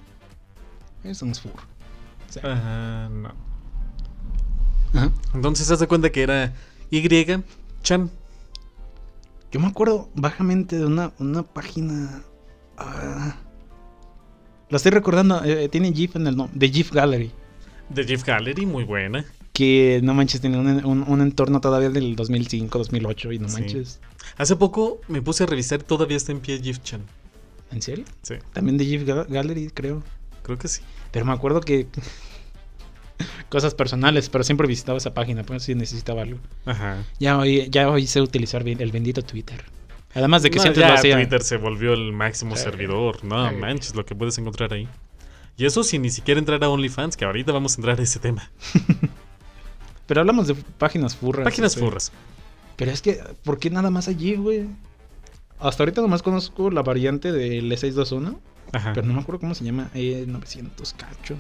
Speaker 2: Es un fur.
Speaker 1: Ajá, no.
Speaker 2: Ajá.
Speaker 1: Entonces, haz de cuenta que era Y Chan.
Speaker 2: Yo me acuerdo vagamente de una, una página. ah, la estoy recordando. eh, tiene GIF en el nombre. De GIF Gallery.
Speaker 1: De Gif Gallery, muy buena.
Speaker 2: Que no manches, tenía un, un- un entorno todavía del 2005, 2008. Y no
Speaker 1: Sí.
Speaker 2: manches.
Speaker 1: Hace poco me puse a revisar, todavía está en pie GIF Chan.
Speaker 2: ¿En serio?
Speaker 1: Sí,
Speaker 2: También de GIF Ga- Gallery, creo.
Speaker 1: creo que sí.
Speaker 2: Pero me acuerdo que. Cosas personales, pero siempre visitaba esa página, pues si necesitaba algo.
Speaker 1: Ajá.
Speaker 2: Ya hoy, ya hoy sé utilizar bien el bendito Twitter. Además de que
Speaker 1: No,
Speaker 2: siempre
Speaker 1: ya
Speaker 2: lo hacía.
Speaker 1: Twitter se volvió el máximo
Speaker 2: Sí.
Speaker 1: servidor. No
Speaker 2: Sí.
Speaker 1: manches, lo que puedes encontrar ahí. Y eso sin ni siquiera entrar a OnlyFans, que ahorita vamos a entrar a ese tema.
Speaker 2: Pero hablamos de páginas furras.
Speaker 1: Páginas
Speaker 2: este.
Speaker 1: furras.
Speaker 2: Pero es que, ¿por qué nada más allí, güey? Hasta ahorita nomás conozco la variante del E E621,
Speaker 1: Ajá.
Speaker 2: pero no me acuerdo cómo se llama, E900 cacho.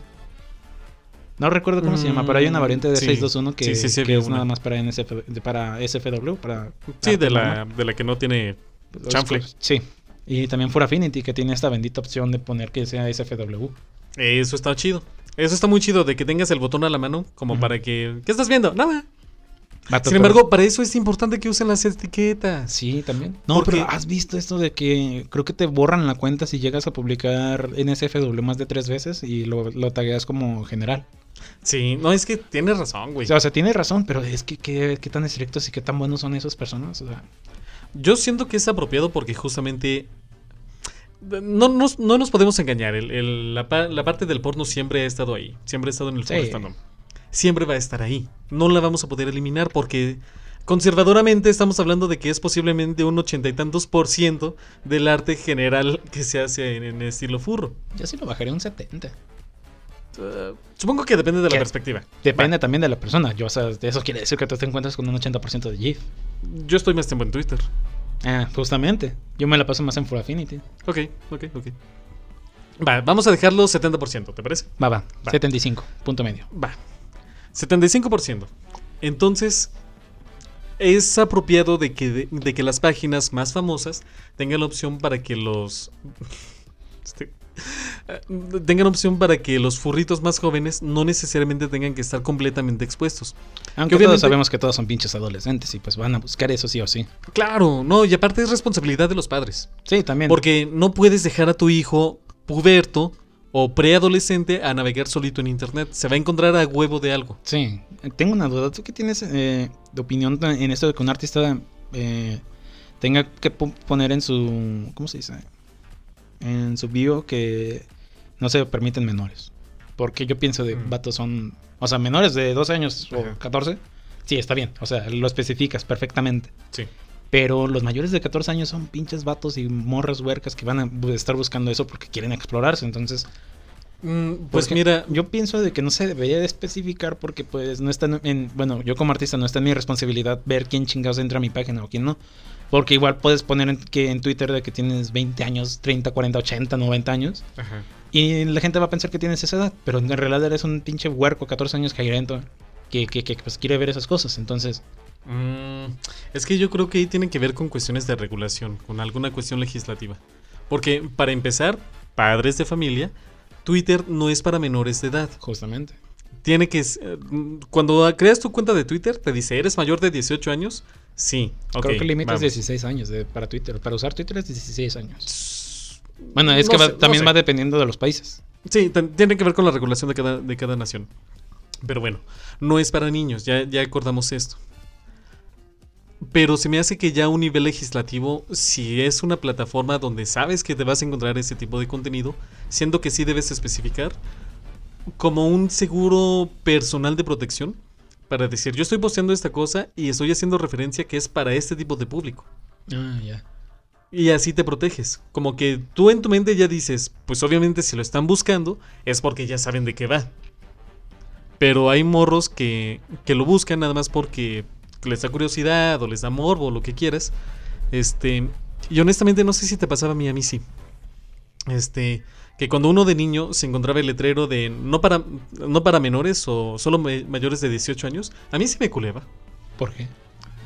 Speaker 2: No recuerdo cómo se llama, pero hay una
Speaker 1: Mm,
Speaker 2: variante de E
Speaker 1: sí.
Speaker 2: E621 que,
Speaker 1: Sí, sí, sí,
Speaker 2: que
Speaker 1: había
Speaker 2: es
Speaker 1: una.
Speaker 2: nada más para, NSF, de- para SFW, para...
Speaker 1: Sí, de la,
Speaker 2: arma,
Speaker 1: de la que no tiene.
Speaker 2: los
Speaker 1: chanfle.
Speaker 2: cos- Sí. Y también Furafinity, que tiene esta bendita opción de poner que sea SFW.
Speaker 1: Eso está chido. Eso está muy chido, de que tengas el botón a la mano, como
Speaker 2: Ujú.
Speaker 1: para que. ¿Qué estás viendo? Nada.
Speaker 2: Vato,
Speaker 1: Sin
Speaker 2: pero-
Speaker 1: embargo, para eso es importante que usen las etiquetas.
Speaker 2: Sí, también. No,
Speaker 1: Porque-
Speaker 2: pero ¿has visto esto de que creo que te borran la cuenta si llegas a publicar NSFW más de tres veces y lo, lo tagueas como general?
Speaker 1: Sí, no, es que tienes razón, güey.
Speaker 2: O sea, o sea, tienes razón, pero es que qué, qué tan estrictos y qué tan buenos son esas personas. O sea,
Speaker 1: Yo siento que es apropiado porque justamente. No, nos- no nos podemos engañar. el- el- la, pa- la parte del porno siempre ha estado ahí. Siempre ha estado en el
Speaker 2: Sí.
Speaker 1: porno stand-up. Siempre va a estar ahí. No la vamos a poder eliminar porque conservadoramente estamos hablando de que es posiblemente un ochenta y tantos por ciento del arte general que se hace en, en estilo furro.
Speaker 2: yo sí lo bajaría un 70.
Speaker 1: Eh, supongo que depende de la
Speaker 2: ¿Qué?
Speaker 1: perspectiva.
Speaker 2: Depende también de la persona. Yo, o sea, eso quiere decir que tú te encuentras con un 80% de GIF.
Speaker 1: Va, Yo estoy más tiempo en Twitter.
Speaker 2: Ah, justamente. Yo me la paso más en Full Affinity.
Speaker 1: Ok, ok, ok. Va, vamos a dejarlo 70%, ¿te parece?
Speaker 2: Va, va,
Speaker 1: Va.
Speaker 2: 75, punto medio.
Speaker 1: Va. 75%. Entonces, es apropiado de que, de, que las páginas más famosas tengan la opción para que los... Este, eh, tengan opción para que los furritos más jóvenes no necesariamente tengan que estar completamente expuestos.
Speaker 2: Aunque
Speaker 1: obviamente-
Speaker 2: todos sabemos que todos son pinches adolescentes y pues van a buscar eso sí o sí.
Speaker 1: Claro, no, y aparte es responsabilidad de los padres.
Speaker 2: Sí, también.
Speaker 1: Porque no puedes dejar a tu hijo puberto o preadolescente a navegar solito en internet. Se va a encontrar a huevo de algo.
Speaker 2: Sí, tengo una duda. ¿Tú qué tienes eh, de opinión ta- en esto de que un artista eh, tenga que po- poner en su. ¿Cómo se dice? En su bio que no se permiten menores. Porque yo pienso de
Speaker 1: Mm.
Speaker 2: vatos son. O sea, menores de 12 años
Speaker 1: Ajá.
Speaker 2: o 14. Sí, está bien. O sea, lo especificas perfectamente.
Speaker 1: Sí.
Speaker 2: Pero los mayores de 14 años son pinches vatos y morras huercas que van a bu- estar buscando eso porque quieren explorarse. Entonces,
Speaker 1: pues
Speaker 2: porque
Speaker 1: mira,
Speaker 2: yo pienso de que no se debería de especificar porque pues no está en, en- bueno, yo como artista no está en mi responsabilidad ver quién chingados entra a mi página o quién no. Porque igual puedes poner en, que en Twitter de que tienes 20 años, 30, 40, 80, 90 años
Speaker 1: Ajá.
Speaker 2: y la gente va a pensar que tienes esa edad, pero en realidad eres un pinche huerco 14 años jairento que, que, que pues quiere ver esas cosas. Entonces,
Speaker 1: Mm, es que yo creo que ahí tiene que ver con cuestiones de regulación, con alguna cuestión legislativa. Porque, para empezar, padres de familia, Twitter no es para menores de edad.
Speaker 2: justamente.
Speaker 1: Tiene que... s- eh, mm, Cuando creas tu cuenta de Twitter, te dice, ¿eres mayor de 18 años? Sí. ok,
Speaker 2: Creo que límites
Speaker 1: vamos.
Speaker 2: 16 años de- para Twitter. Para usar Twitter es 16 años.
Speaker 1: S-
Speaker 2: Bueno, es
Speaker 1: no
Speaker 2: que va-
Speaker 1: sé, no
Speaker 2: también
Speaker 1: sé.
Speaker 2: va dependiendo de los países.
Speaker 1: Sí, tan- tiene que ver con la regulación de cada, de cada nación. Pero bueno, no es para niños, ya, ya acordamos esto. Pero se me hace que ya a un nivel legislativo, si es una plataforma donde sabes que te vas a encontrar ese tipo de contenido, siendo que sí debes especificar como un seguro personal de protección para decir, yo estoy posteando esta cosa y estoy haciendo referencia que es para este tipo de público.
Speaker 2: Ah, ya.
Speaker 1: Y así te proteges. Como que tú en tu mente ya dices, pues obviamente si lo están buscando es porque ya saben de qué va. Pero hay morros que, que lo buscan nada más porque les da curiosidad o les da morbo o lo que quieras. Este, y honestamente no sé si te pasaba a mí, a mí sí. Este, que cuando uno de niño se encontraba el letrero de no para, no para menores o solo me- mayores de 18 años, a mí sí me culeba
Speaker 2: ¿Por qué?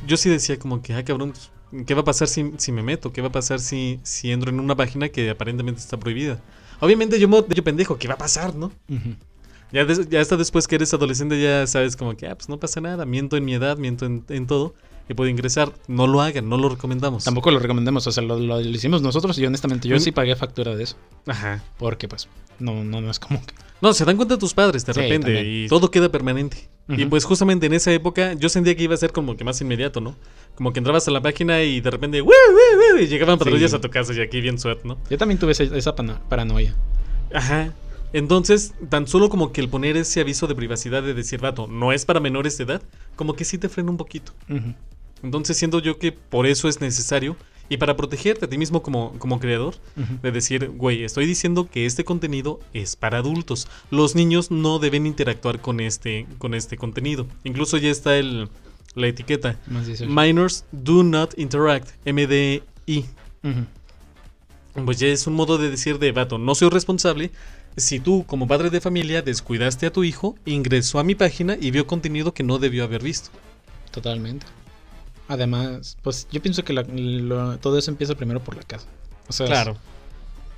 Speaker 1: yo sí decía como que, ah, cabrón, pues, ¿qué va a pasar si, si me meto? ¿Qué va a pasar si, si entro en una página que aparentemente está prohibida? Obviamente yo, mo- yo pendejo, ¿qué va a pasar, no?
Speaker 2: Ujú.
Speaker 1: Ya, des- ya hasta después que eres adolescente ya sabes como que, ah, pues no pasa nada, miento en mi edad, miento en, en todo y puedo ingresar. No lo hagan, no lo recomendamos.
Speaker 2: Pues, Tampoco lo recomendamos, o sea, lo, lo- lo hicimos nosotros y honestamente yo
Speaker 1: Mm.
Speaker 2: sí pagué factura de eso.
Speaker 1: Ajá.
Speaker 2: Porque pues, no, no, no es como que...
Speaker 1: No, se dan cuenta tus padres de
Speaker 2: Sí,
Speaker 1: repente
Speaker 2: también.
Speaker 1: y todo queda permanente. Y
Speaker 2: Ujú.
Speaker 1: pues justamente en esa época yo sentía que iba a ser como que más inmediato, ¿no? Como que entrabas a la página y de repente, "Woo, woo, woo", y llegaban patrullas
Speaker 2: Sí.
Speaker 1: a tu casa y aquí bien suet, ¿no?
Speaker 2: Yo también tuve esa, esa pana- paranoia.
Speaker 1: Ajá. Entonces, tan solo como que el poner ese aviso de privacidad de decir, vato, no es para menores de edad, como que sí te frena un poquito.
Speaker 2: Ujú.
Speaker 1: Entonces, siento yo que por eso es necesario y para protegerte a ti mismo como, como creador,
Speaker 2: Ujú.
Speaker 1: de decir, güey, estoy diciendo que este contenido es para adultos. Los niños no deben interactuar con este, con este contenido. Incluso ya está el, la etiqueta.
Speaker 2: Más 18.
Speaker 1: Minors do not interact, MDI.
Speaker 2: Ujú.
Speaker 1: Pues ya es un modo de decir de vato, no soy responsable si tú como padre de familia descuidaste a tu hijo, ingresó a mi página y vio contenido que no debió haber visto.
Speaker 2: Totalmente. Además, pues yo pienso que la- lo- todo eso empieza primero por la casa. O sea,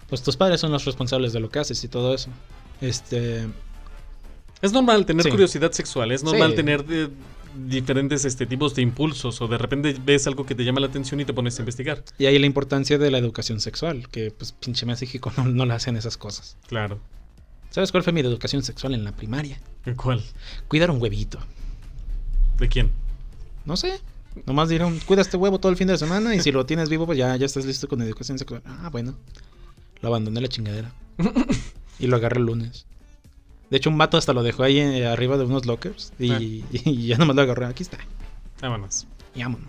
Speaker 2: pues tus padres son los responsables de lo que haces y todo eso. Este,
Speaker 1: Es normal tener
Speaker 2: Sí.
Speaker 1: curiosidad sexual, es normal
Speaker 2: Sí.
Speaker 1: tener eh, diferentes este, tipos de impulsos o de repente ves algo que te llama la atención y te pones a investigar.
Speaker 2: y ahí la importancia de la educación sexual, que pues pinche México no, no la hacen esas cosas.
Speaker 1: Claro.
Speaker 2: ¿Sabes cuál fue mi educación sexual en la primaria?
Speaker 1: ¿Cuál?
Speaker 2: Cuidar un huevito.
Speaker 1: ¿De quién?
Speaker 2: No sé. Nomás dijeron, cuida este huevo todo el fin de semana y si lo tienes vivo, pues ya, ya estás listo con educación sexual. Ah, bueno. Lo abandoné la chingadera. y lo agarré el lunes. De hecho, un vato hasta lo dejó ahí eh, arriba de unos lockers y,
Speaker 1: Ah.
Speaker 2: y ya nomás lo agarré. Aquí está.
Speaker 1: Vámonos.
Speaker 2: Y vámonos.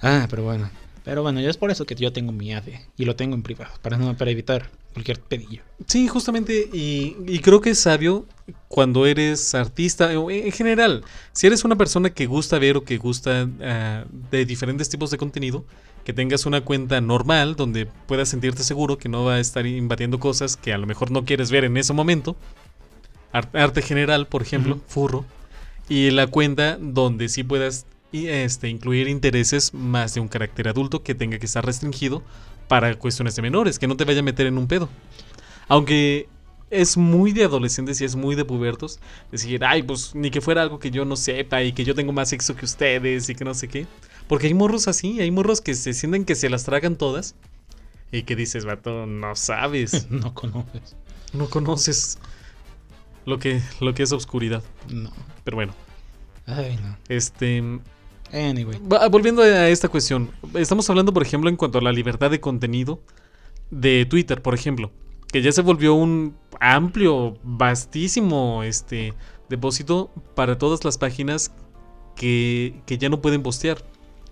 Speaker 2: Ah, pero bueno. Pero bueno, ya es por eso que yo tengo mi AD y lo tengo en privado, para, no, para evitar cualquier pedillo.
Speaker 1: Sí, justamente, y, y creo que es sabio cuando eres artista, o en en general, si eres una persona que gusta ver o que gusta ah, de diferentes tipos de contenido, que tengas una cuenta normal donde puedas sentirte seguro que no va a estar invadiendo cosas que a lo mejor no quieres ver en ese momento. Ar- arte general, por ejemplo,
Speaker 2: Ujú.
Speaker 1: furro. Y la cuenta donde sí puedas y, este, incluir intereses más de un carácter adulto que tenga que estar restringido para cuestiones de menores, que no te vaya a meter en un pedo. Aunque es muy de adolescentes y es muy de pubertos decir, ay, pues ni que fuera algo que yo no sepa y que yo tengo más sexo que ustedes y que no sé qué. Porque hay morros así, hay morros que se sienten que se las tragan todas y que dices, vato, no sabes,
Speaker 2: no conoces.
Speaker 1: no conoces lo que, lo que es obscuridad.
Speaker 2: No.
Speaker 1: Pero bueno,
Speaker 2: Ay, no.
Speaker 1: este.
Speaker 2: Anyway.
Speaker 1: va- ah, Volviendo a esta cuestión, estamos hablando, por ejemplo, en cuanto a la libertad de contenido de Twitter, por ejemplo, que ya se volvió un amplio, vastísimo este, depósito para todas las páginas que, que ya no pueden postear.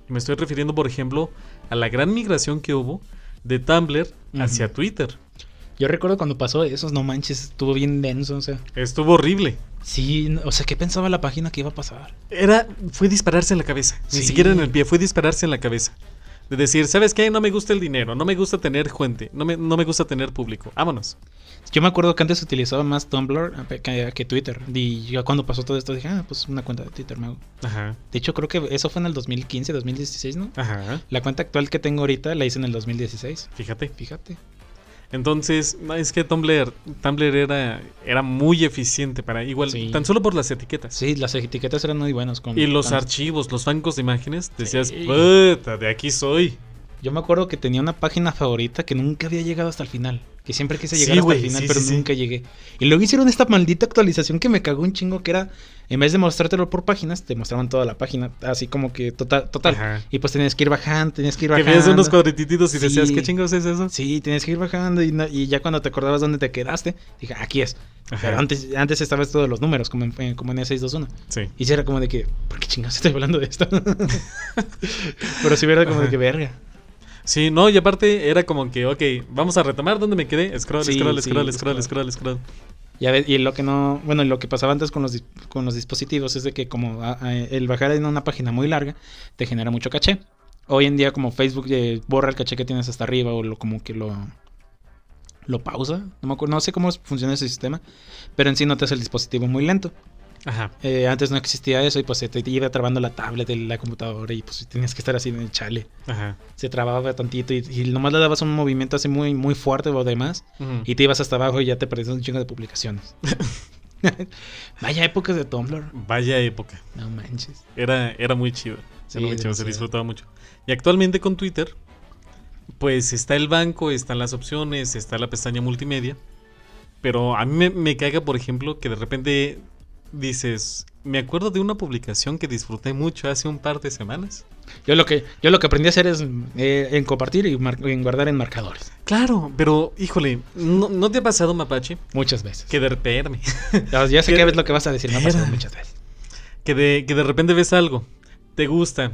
Speaker 1: Me estoy refiriendo, por ejemplo, a la gran migración que hubo de Tumblr hacia
Speaker 2: Ujú.
Speaker 1: Twitter.
Speaker 2: Yo recuerdo cuando pasó eso, no manches, estuvo bien denso, o sea.
Speaker 1: Estuvo horrible.
Speaker 2: Sí, no- o sea, ¿qué pensaba la página que iba a pasar?
Speaker 1: Era, fue dispararse en la cabeza, ni
Speaker 2: Sí.
Speaker 1: siquiera en el pie, fue dispararse en la cabeza. De decir, ¿sabes qué? No me gusta el dinero, no me gusta tener gente, no me, no me gusta tener público, vámonos.
Speaker 2: Yo me acuerdo que antes utilizaba más Tumblr eh, que, que Twitter. Y ya cuando pasó todo esto dije, ah, pues una cuenta de Twitter me hago.
Speaker 1: Ajá,
Speaker 2: De hecho, creo que eso fue en el 2015, 2016, ¿no?
Speaker 1: ajá,
Speaker 2: La cuenta actual que tengo ahorita la hice en el 2016.
Speaker 1: fíjate.
Speaker 2: Fíjate.
Speaker 1: Entonces, no, es que Tumblr, Tumblr era, era muy eficiente para, igual,
Speaker 2: Sí.
Speaker 1: tan solo por las etiquetas.
Speaker 2: Sí, las etiquetas eran muy buenas. Con
Speaker 1: Y los
Speaker 2: tan-
Speaker 1: archivos, los bancos de imágenes, decías,
Speaker 2: Sí.
Speaker 1: puta, de aquí soy.
Speaker 2: Yo me acuerdo que tenía una página favorita que nunca había llegado hasta el final. Que siempre quise llegar hasta el
Speaker 1: güey,
Speaker 2: final,
Speaker 1: sí,
Speaker 2: pero
Speaker 1: sí, sí.
Speaker 2: nunca llegué. Y luego hicieron esta maldita actualización que me cagó un chingo, que era, en vez de mostrártelo por páginas, te mostraban toda la página, así como que total, total.
Speaker 1: Ajá.
Speaker 2: Y pues tenías que ir bajando, tenías que ir
Speaker 1: Que
Speaker 2: bajando.
Speaker 1: veías unos cuadrititos y decías,
Speaker 2: Sí.
Speaker 1: ¿qué chingados es eso?
Speaker 2: Sí, tenías que ir bajando y, no- y ya cuando te acordabas dónde te quedaste, dije, aquí es.
Speaker 1: Ajá.
Speaker 2: Pero antes, antes estabas todos los números, como en, en- como en E E621.
Speaker 1: Sí.
Speaker 2: Y sí era como de que, ¿por qué chingados estoy hablando de esto? Pero sí era como de que, verga.
Speaker 1: Sí, no, y aparte era como que, ok, vamos a retomar donde me quedé. Scroll,
Speaker 2: Sí,
Speaker 1: scroll,
Speaker 2: sí,
Speaker 1: scroll, scroll, scroll,
Speaker 2: scroll.
Speaker 1: scroll.
Speaker 2: Y, a ve- y lo que no, bueno, y lo que pasaba antes con los, dis- con los dispositivos es de que como a- a- el bajar en una página muy larga te genera mucho caché. Hoy en día como Facebook eh, borra el caché que tienes hasta arriba o lo como que lo lo pausa, no me acuerdo, no sé cómo es- funciona ese sistema, pero en sí notas el dispositivo muy lento.
Speaker 1: Ajá.
Speaker 2: Eh, antes no existía eso y pues se te iba trabando la tablet de la computadora y pues tenías que estar así en el chale.
Speaker 1: Ajá.
Speaker 2: Se trababa tantito y, y nomás le dabas un movimiento así muy muy fuerte o demás
Speaker 1: Ujú.
Speaker 2: y te ibas hasta abajo y ya te perdías un chingo de publicaciones. Vaya épocas de Tumblr.
Speaker 1: Vaya época.
Speaker 2: No manches.
Speaker 1: Era, era muy chido.
Speaker 2: Sí,
Speaker 1: era muy chido, se
Speaker 2: demasiado.
Speaker 1: disfrutaba mucho. Y actualmente con Twitter, pues está el banco, están las opciones, está la pestaña multimedia. Pero a mí me, me caga, por ejemplo, que de repente dices, me acuerdo de una publicación que disfruté mucho hace un par de semanas.
Speaker 2: Yo lo que, yo lo que aprendí a hacer es eh, en compartir y mar- en guardar en marcadores.
Speaker 1: Claro, pero híjole, ¿no, ¿no te ha pasado, Mapache?
Speaker 2: Muchas veces.
Speaker 1: Que de repente...
Speaker 2: Ya, ya sé
Speaker 1: que-
Speaker 2: que ves lo que vas a decir, me ha pasado
Speaker 1: Era-
Speaker 2: muchas veces.
Speaker 1: Que de, que de repente ves algo, te gusta.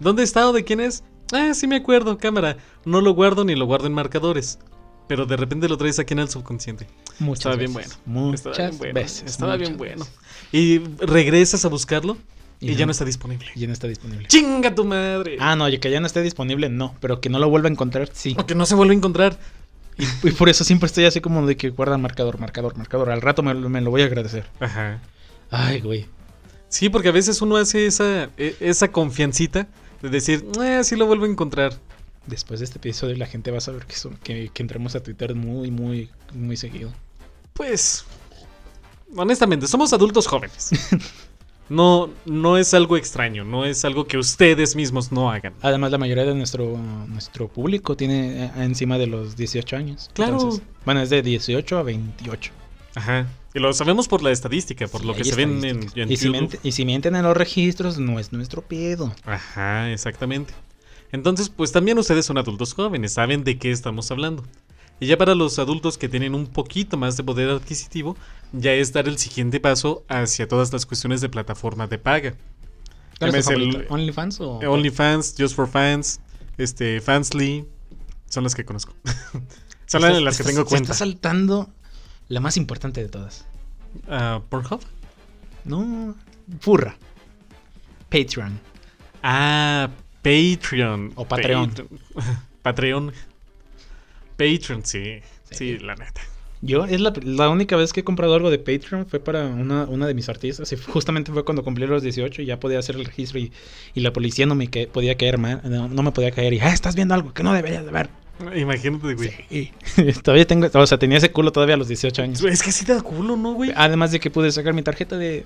Speaker 1: ¿Dónde está o de quién es? Ah, sí me acuerdo, cámara. No lo guardo ni lo guardo en marcadores. Pero de repente lo traes aquí en el subconsciente.
Speaker 2: Muchas
Speaker 1: Estaba bien
Speaker 2: veces.
Speaker 1: bueno.
Speaker 2: Muchas
Speaker 1: Estaba bien bueno.
Speaker 2: veces.
Speaker 1: Estaba bien
Speaker 2: muchas
Speaker 1: bueno.
Speaker 2: veces.
Speaker 1: Y regresas a buscarlo y,
Speaker 2: Y
Speaker 1: ya
Speaker 2: no.
Speaker 1: no está disponible.
Speaker 2: Y no está disponible.
Speaker 1: ¡Chinga tu madre!
Speaker 2: Ah, no, y que ya no esté disponible, no. Pero que no lo vuelva a encontrar, sí.
Speaker 1: Porque no se vuelve a encontrar.
Speaker 2: Y, y por eso siempre estoy así como de que guarda marcador, marcador, marcador. Al rato me, lo- me lo voy a agradecer.
Speaker 1: Ajá.
Speaker 2: Ay, güey.
Speaker 1: Sí, porque a veces uno hace esa, e- esa confiancita de decir, ah, sí lo vuelvo a encontrar.
Speaker 2: Después de este episodio la gente va a saber que, son- que, que entramos a Twitter muy, muy, muy seguido.
Speaker 1: Pues, honestamente, somos adultos jóvenes. No, no es algo extraño, no es algo que ustedes mismos no hagan.
Speaker 2: Además, la mayoría de nuestro, nuestro público tiene eh, encima de los 18 años.
Speaker 1: Claro.
Speaker 2: bueno, es de 18 a 28.
Speaker 1: Ajá. Y lo sabemos por la estadística, por lo
Speaker 2: Sí,
Speaker 1: que
Speaker 2: hay
Speaker 1: se ven en,
Speaker 2: estadísticas.
Speaker 1: en
Speaker 2: y, si
Speaker 1: YouTube.
Speaker 2: miente- y si mienten en los registros, no es nuestro pedo.
Speaker 1: Ajá, exactamente. Entonces, pues también ustedes son adultos jóvenes, saben de qué estamos hablando. Y ya para los adultos que tienen un poquito más de poder adquisitivo, ya es dar el siguiente paso hacia todas las cuestiones de plataforma de paga.
Speaker 2: ¿Cuál es
Speaker 1: Llames
Speaker 2: tu
Speaker 1: el- eh,
Speaker 2: favorito? ¿OnlyFans o...?
Speaker 1: OnlyFans, Just for Fans, este, Fansly, son las que conozco. son las de
Speaker 2: Estás-
Speaker 1: las que
Speaker 2: estás-
Speaker 1: tengo
Speaker 2: se
Speaker 1: cuenta.
Speaker 2: está saltando la más importante de todas.
Speaker 1: Ah, ¿Pornhub?
Speaker 2: No, furra. Patreon.
Speaker 1: Ah, Patreon.
Speaker 2: O Patreon.
Speaker 1: Pat- Patreon. Patreon, sí.
Speaker 2: Sí.
Speaker 1: Sí, la neta.
Speaker 2: Yo es la, la única vez que he comprado algo de Patreon fue para una, una de mis artistas y justamente fue cuando cumplí los 18 y ya podía hacer el registro y, y la policía no me ca- podía caer mal, no, no me podía caer y ah, estás viendo algo que no deberías de ver.
Speaker 1: Imagínate, güey.
Speaker 2: Sí. todavía tengo, o sea, tenía ese culo todavía a los 18 años.
Speaker 1: Es que sí te da culo, ¿no, güey?
Speaker 2: Además de que pude sacar mi tarjeta de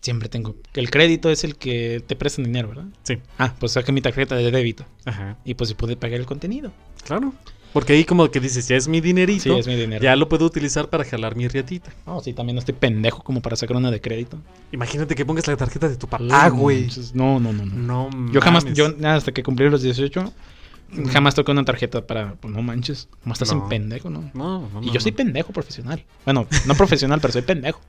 Speaker 2: siempre tengo el crédito es el que te prestan dinero, ¿verdad?
Speaker 1: Sí.
Speaker 2: Ah, pues saqué mi tarjeta de débito
Speaker 1: Ajá.
Speaker 2: y pues pude pagar el contenido.
Speaker 1: Claro. Porque ahí como que dices, ya es mi dinerito.
Speaker 2: Sí, es mi dinero.
Speaker 1: Ya lo puedo utilizar para jalar mi riatita.
Speaker 2: No, sí, también no estoy pendejo como para sacar una de crédito.
Speaker 1: Imagínate que pongas la tarjeta de tu papá, Ah, güey.
Speaker 2: Entonces, No, no, no, no.
Speaker 1: No
Speaker 2: Yo jamás,
Speaker 1: mames.
Speaker 2: yo hasta que cumplí los 18, jamás toqué una tarjeta para, pues no manches, como estás
Speaker 1: No.
Speaker 2: un pendejo, ¿no?
Speaker 1: No, no,
Speaker 2: Y
Speaker 1: no,
Speaker 2: yo soy
Speaker 1: no.
Speaker 2: pendejo profesional. Bueno, no profesional, pero soy pendejo.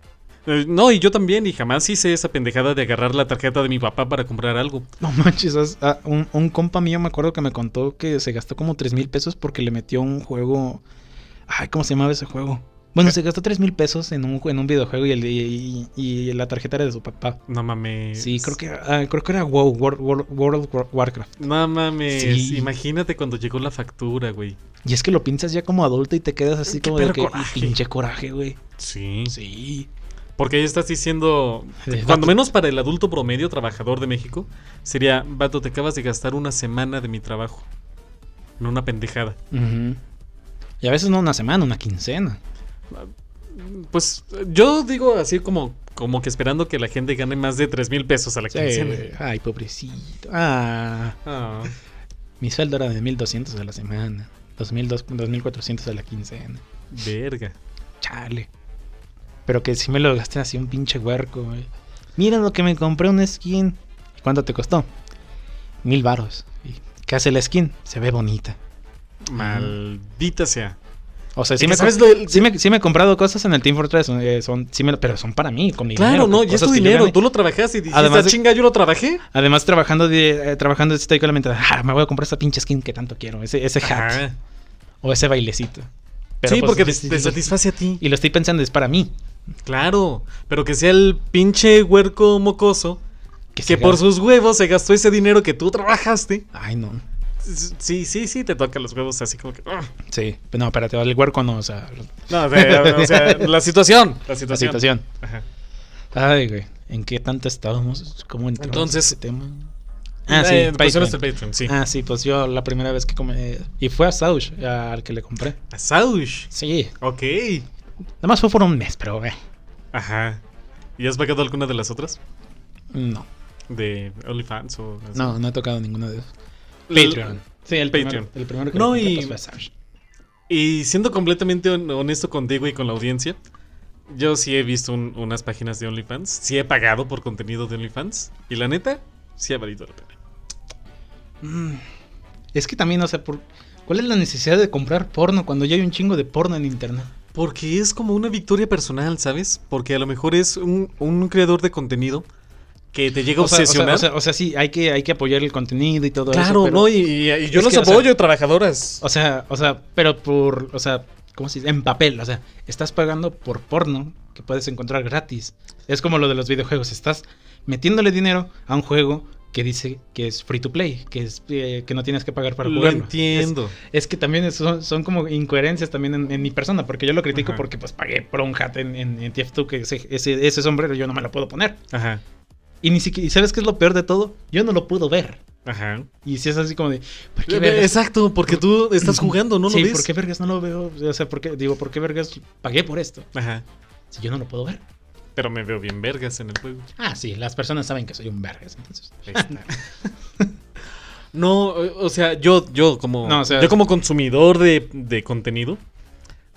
Speaker 1: Eh, No, y yo también, y jamás hice esa pendejada de agarrar la tarjeta de mi papá para comprar algo.
Speaker 2: No manches, has- ah, un, un compa mío me acuerdo que me contó que se gastó como 3 mil pesos porque le metió un juego. Ay, ¿cómo se llamaba ese juego? Bueno, se gastó 3 mil pesos en un, en un videojuego y, el- y- y- y la tarjeta era de su papá.
Speaker 1: No mames.
Speaker 2: Sí, creo que, ah, creo que era WoW, World, World- World of Warcraft.
Speaker 1: No mames.
Speaker 2: Sí.
Speaker 1: Imagínate cuando llegó la factura, güey.
Speaker 2: Y es que lo piensas ya como adulto y te quedas así
Speaker 1: Qué
Speaker 2: como de
Speaker 1: perro
Speaker 2: que
Speaker 1: coraje.
Speaker 2: y pinche coraje, güey.
Speaker 1: Sí.
Speaker 2: Sí.
Speaker 1: Porque ahí estás diciendo.
Speaker 2: Eh,
Speaker 1: Cuando
Speaker 2: vato.
Speaker 1: menos para el adulto promedio trabajador de México, sería: Vato, te acabas de gastar una semana de mi trabajo. En una pendejada.
Speaker 2: Y a veces no una semana, una quincena.
Speaker 1: Pues yo digo así como, como que esperando que la gente gane más de 3 mil pesos a la quincena.
Speaker 2: Ay, pobrecito. Ah.
Speaker 1: Ah.
Speaker 2: Mi sueldo era de 1200 a la semana, 2200, 2400 a la quincena.
Speaker 1: Verga.
Speaker 2: Chale. Pero que si me lo gasté así un pinche huerco, güey. Mira lo que me compré un skin. ¿Cuánto te costó? Mil varos. ¿Y ¿Qué hace la skin? Se ve bonita.
Speaker 1: Maldita sea.
Speaker 2: O sea, sí
Speaker 1: Es
Speaker 2: me,
Speaker 1: que sabes
Speaker 2: com-
Speaker 1: lo-
Speaker 2: sí me- sí me he comprado cosas en el Team Fortress, eh, son, sí me lo- pero son para mí, con mi
Speaker 1: Claro,
Speaker 2: dinero.
Speaker 1: no,
Speaker 2: con
Speaker 1: y es
Speaker 2: cosas
Speaker 1: tu
Speaker 2: que yo
Speaker 1: dinero.
Speaker 2: gané.
Speaker 1: Tú lo trabajaste y dijiste,
Speaker 2: Además
Speaker 1: "Ah,
Speaker 2: de-
Speaker 1: chinga, yo lo trabajé.
Speaker 2: Además, trabajando, de, eh, trabajando estoy con la mente, ah, me voy a comprar esta pinche skin que tanto quiero, ese, ese hat
Speaker 1: Ajá.
Speaker 2: o ese bailecito. Pero,
Speaker 1: Sí,
Speaker 2: pues,
Speaker 1: porque
Speaker 2: sí,
Speaker 1: te,
Speaker 2: sí,
Speaker 1: te
Speaker 2: sí,
Speaker 1: satisface a ti.
Speaker 2: Y lo estoy pensando, es para mí.
Speaker 1: Claro, pero que sea el pinche huerco mocoso
Speaker 2: se
Speaker 1: que por
Speaker 2: gane.
Speaker 1: sus huevos se gastó ese dinero que tú trabajaste.
Speaker 2: Ay, no.
Speaker 1: Sí, sí, sí, te tocan los huevos así como que. "Ah".
Speaker 2: Sí, no, espérate, el huerco no, o sea,
Speaker 1: No, o sea, o sea, la situación. La
Speaker 2: la
Speaker 1: situación.
Speaker 2: situación.
Speaker 1: Ajá.
Speaker 2: Ay, güey, ¿en qué tanto estábamos? ¿Cómo entramos
Speaker 1: Entonces-
Speaker 2: en ese tema? Ah, sí,
Speaker 1: Eh,
Speaker 2: Patreon.
Speaker 1: presionas el Patreon, sí.
Speaker 2: Ah, sí, pues yo la primera vez que comí. Y fue a Saush al que le compré.
Speaker 1: A Saush.
Speaker 2: Sí.
Speaker 1: Ok.
Speaker 2: Nada más fue por un mes, pero eh,
Speaker 1: Ajá. ¿Y has pagado alguna de las otras?
Speaker 2: No.
Speaker 1: ¿De OnlyFans o.? así?
Speaker 2: No, no he tocado ninguno de esos.
Speaker 1: L-
Speaker 2: Sí, el
Speaker 1: Patreon.
Speaker 2: Patreon. el primero que
Speaker 1: No,
Speaker 2: le compré,
Speaker 1: y-
Speaker 2: pues, fue a Saush.
Speaker 1: Y siendo completamente hon- honesto contigo y con la audiencia, yo sí he visto un- unas páginas de OnlyFans, sí he pagado por contenido de OnlyFans, y la neta, sí ha valido la pena.
Speaker 2: Mm. Es que también, o sea, por... ¿cuál es la necesidad de comprar porno cuando ya hay un chingo de porno en internet?
Speaker 1: Porque es como una victoria personal, ¿sabes? Porque a lo mejor es un, un creador de contenido que te llega a
Speaker 2: O sea, o sea,
Speaker 1: obsesionar.
Speaker 2: O sea, o sea, sí, hay que, hay que apoyar el contenido y todo
Speaker 1: claro,
Speaker 2: eso. pero-
Speaker 1: ¿no? Y, y- y yo
Speaker 2: es
Speaker 1: los
Speaker 2: que, o sea-
Speaker 1: apoyo, trabajadoras.
Speaker 2: O sea, o sea, pero por, o sea, ¿cómo se dice? En papel, o sea, estás pagando por porno que puedes encontrar gratis. Es como lo de los videojuegos, estás metiéndole dinero a un juego que dice que es free to play, que es eh, que no tienes que pagar para
Speaker 1: lo
Speaker 2: jugarlo.
Speaker 1: entiendo.
Speaker 2: Es, es que también es- son, son como incoherencias también en, en mi persona, porque yo lo critico
Speaker 1: Ajá.
Speaker 2: porque pues pagué por un hat en, en, en TF2 que ese, ese, ese sombrero yo no me lo puedo poner.
Speaker 1: Ajá,
Speaker 2: Y ni siquiera, ¿y ¿sabes qué es lo peor de todo? Yo no lo puedo ver.
Speaker 1: ajá.
Speaker 2: Y si es así como de, ¿por qué
Speaker 1: Eh,
Speaker 2: vergas?
Speaker 1: Exacto, porque tú estás jugando, ¿no lo
Speaker 2: sí,
Speaker 1: ves?
Speaker 2: ¿por qué vergas no lo veo? O sea, ¿por qué, digo, ¿por qué vergas pagué por esto?
Speaker 1: Ajá.
Speaker 2: Si yo no lo puedo ver.
Speaker 1: Pero me veo bien vergas en el juego.
Speaker 2: Ah, sí, las personas saben que soy un vergas, entonces.
Speaker 1: No, eh, o sea, yo, yo como.
Speaker 2: No, o sea-
Speaker 1: yo como consumidor de, de contenido.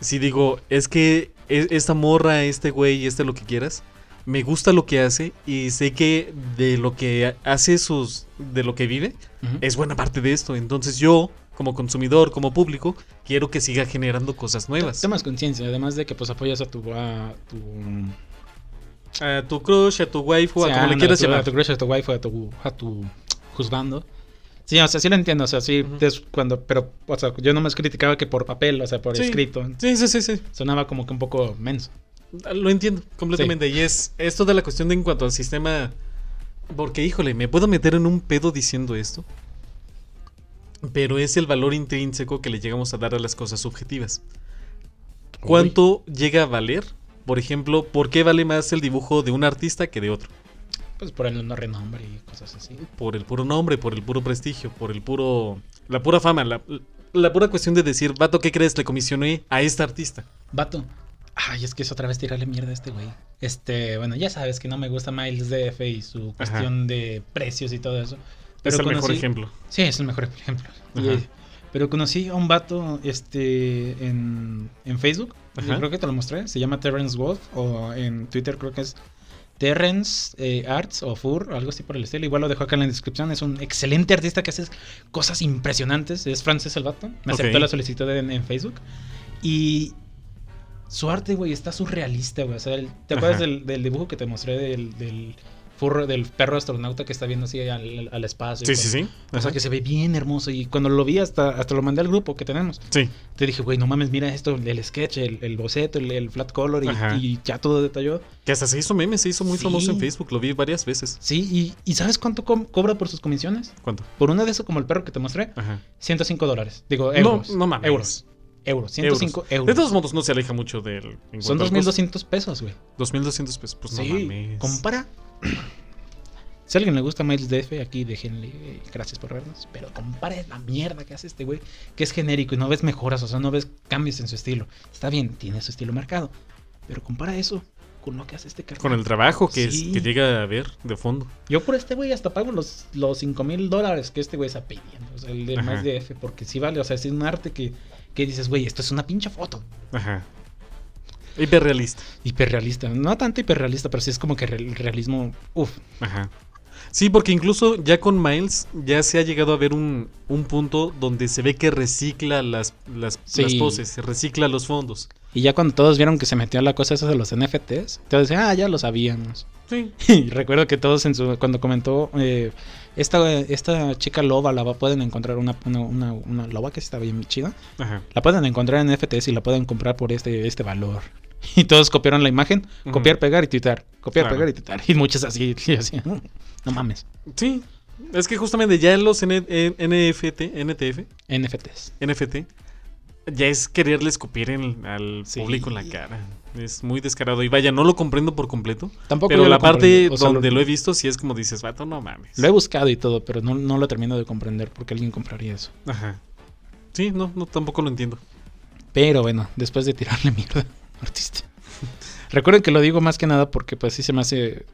Speaker 1: Si digo, es que e- esta morra, este güey, este lo que quieras. Me gusta lo que hace. Y sé que de lo que hace sus. de lo que vive.
Speaker 2: Ujú.
Speaker 1: Es buena parte de esto. Entonces yo, como consumidor, como público, quiero que siga generando cosas nuevas.
Speaker 2: Tomas conciencia, además de que pues apoyas a tu a tu
Speaker 1: A tu crush, a tu waifu,
Speaker 2: sí,
Speaker 1: a como le
Speaker 2: ándale,
Speaker 1: quieras
Speaker 2: a tu-
Speaker 1: llamar.
Speaker 2: a tu crush, a tu wife, a tu a tu juzgando. Sí, o sea, sí lo entiendo, o sea, sí
Speaker 1: Ujú.
Speaker 2: es cuando pero o sea, yo no más criticaba que por papel, o sea, por
Speaker 1: Sí.
Speaker 2: escrito.
Speaker 1: Sí, sí, sí, sí.
Speaker 2: Sonaba como que un poco menso.
Speaker 1: Lo entiendo completamente. Y es, es toda la cuestión de en cuanto al sistema. Porque, híjole, me puedo meter en un pedo diciendo esto. Pero es el valor intrínseco que le llegamos a dar a las cosas subjetivas. ¿Cuánto llega a valer? Por ejemplo, ¿por qué vale más el dibujo de un artista que de otro?
Speaker 2: Uy, pues por el no renombre y cosas así.
Speaker 1: Por el puro nombre, por el puro prestigio, por el puro. la pura fama, la, la pura cuestión de decir, vato, ¿qué crees? Le comisioné a este artista.
Speaker 2: Vato. Ay, es que es otra vez tirarle mierda a este güey. Este, bueno, ya sabes que no me gusta Miles DF y su cuestión de precios y todo eso.
Speaker 1: es el mejor
Speaker 2: conocí-
Speaker 1: ejemplo.
Speaker 2: Sí, es el mejor ejemplo.
Speaker 1: Ajá.
Speaker 2: Y- pero conocí a un vato este, en, en Facebook. Yo
Speaker 1: Ajá.
Speaker 2: creo que te lo mostré. Se llama Terrence Wolf. O en Twitter creo que es Terrence eh, Arts o Fur, algo así por el estilo. Igual lo dejo acá en la descripción. Es un excelente artista que hace cosas impresionantes. Es francés el vato. Me
Speaker 1: Ok.
Speaker 2: aceptó la solicitud en, en Facebook. Y su arte, güey, está surrealista, güey. O sea, el- ¿te acuerdas
Speaker 1: Ajá.
Speaker 2: del, del dibujo que te mostré del, del furro, del perro astronauta que está viendo así al, al espacio?
Speaker 1: Sí,
Speaker 2: con-
Speaker 1: sí, sí.
Speaker 2: o sea, que se ve bien hermoso. Y cuando lo vi, hasta, hasta lo mandé al grupo que tenemos.
Speaker 1: Sí.
Speaker 2: Te dije, güey, no mames, mira esto, el sketch, el, el boceto, el, el flat color y,
Speaker 1: Ajá.
Speaker 2: y ya todo detallado.
Speaker 1: Que hasta se hizo meme, se hizo muy
Speaker 2: Sí.
Speaker 1: famoso en Facebook, lo vi varias veces.
Speaker 2: Sí, y, y ¿sabes cuánto com- cobra por sus comisiones?
Speaker 1: ¿Cuánto?
Speaker 2: Por una de esas, como el perro que te mostré,
Speaker 1: Ajá.
Speaker 2: 105 dólares. Digo,
Speaker 1: No,
Speaker 2: euros.
Speaker 1: no mames.
Speaker 2: Euros. Euros. 105 euros.
Speaker 1: De todos modos, no se aleja mucho del. en
Speaker 2: Son
Speaker 1: cuanto al costo.
Speaker 2: 2.200 pesos, güey.
Speaker 1: 2200 pesos. Pues no mames.
Speaker 2: compara. Si a alguien le gusta Miles DF, aquí déjenle eh, gracias por vernos. Pero compara la mierda que hace este güey, que es genérico y no ves mejoras, o sea, no ves cambios en su estilo. Está bien, tiene su estilo marcado. Pero compara eso con lo que hace este carnal.
Speaker 1: Con el trabajo que, es-
Speaker 2: Sí.
Speaker 1: que llega a ver de fondo.
Speaker 2: Yo por este güey hasta pago los, los 5 mil dólares que este güey está pidiendo. O sea, el de
Speaker 1: Ajá.
Speaker 2: más de F, porque sí vale. O sea, sí es un arte que, que dices, güey, esto es una pinche foto.
Speaker 1: Ajá. Hiperrealista.
Speaker 2: Hiperrealista. No tanto hiperrealista, pero sí es como que el realismo. Uf.
Speaker 1: Ajá. Sí, porque incluso ya con Miles ya se ha llegado a ver un, un punto donde se ve que recicla las, las,
Speaker 2: Sí.
Speaker 1: las poses, se recicla los fondos.
Speaker 2: Y ya cuando todos vieron que se metió la cosa esa de los NFTs, todos decían, ah, ya lo sabíamos.
Speaker 1: Sí.
Speaker 2: Y recuerdo que todos en su, cuando comentó eh, esta, esta chica loba la va- pueden encontrar una, una, una- una loba que está bien chida.
Speaker 1: Ajá.
Speaker 2: La pueden encontrar en FTS y la pueden comprar por este, este valor. Y todos copiaron la imagen,
Speaker 1: Ujú.
Speaker 2: copiar, pegar y tuitar. Copiar,
Speaker 1: Claro.
Speaker 2: pegar y tuitar. Y muchas así, y así, No mames.
Speaker 1: Sí. Es que justamente ya los N- E, N- NFT, NTF,
Speaker 2: NFTs.
Speaker 1: NFT, ya es quererles copiar en- al
Speaker 2: Sí.
Speaker 1: público en la cara. Es muy descarado. Y vaya, no lo comprendo por completo.
Speaker 2: Tampoco
Speaker 1: Pero
Speaker 2: yo lo
Speaker 1: la parte
Speaker 2: comprendo. O sea,
Speaker 1: donde lo...
Speaker 2: lo,
Speaker 1: he visto, sí es como dices, vato, no mames.
Speaker 2: lo he buscado y todo, pero no, no lo termino de comprender porque alguien compraría eso.
Speaker 1: Ajá. Sí, no, no, tampoco lo entiendo.
Speaker 2: Pero bueno, después de tirarle mierda al artista. Recuerden que lo digo más que nada porque pues sí se me hace...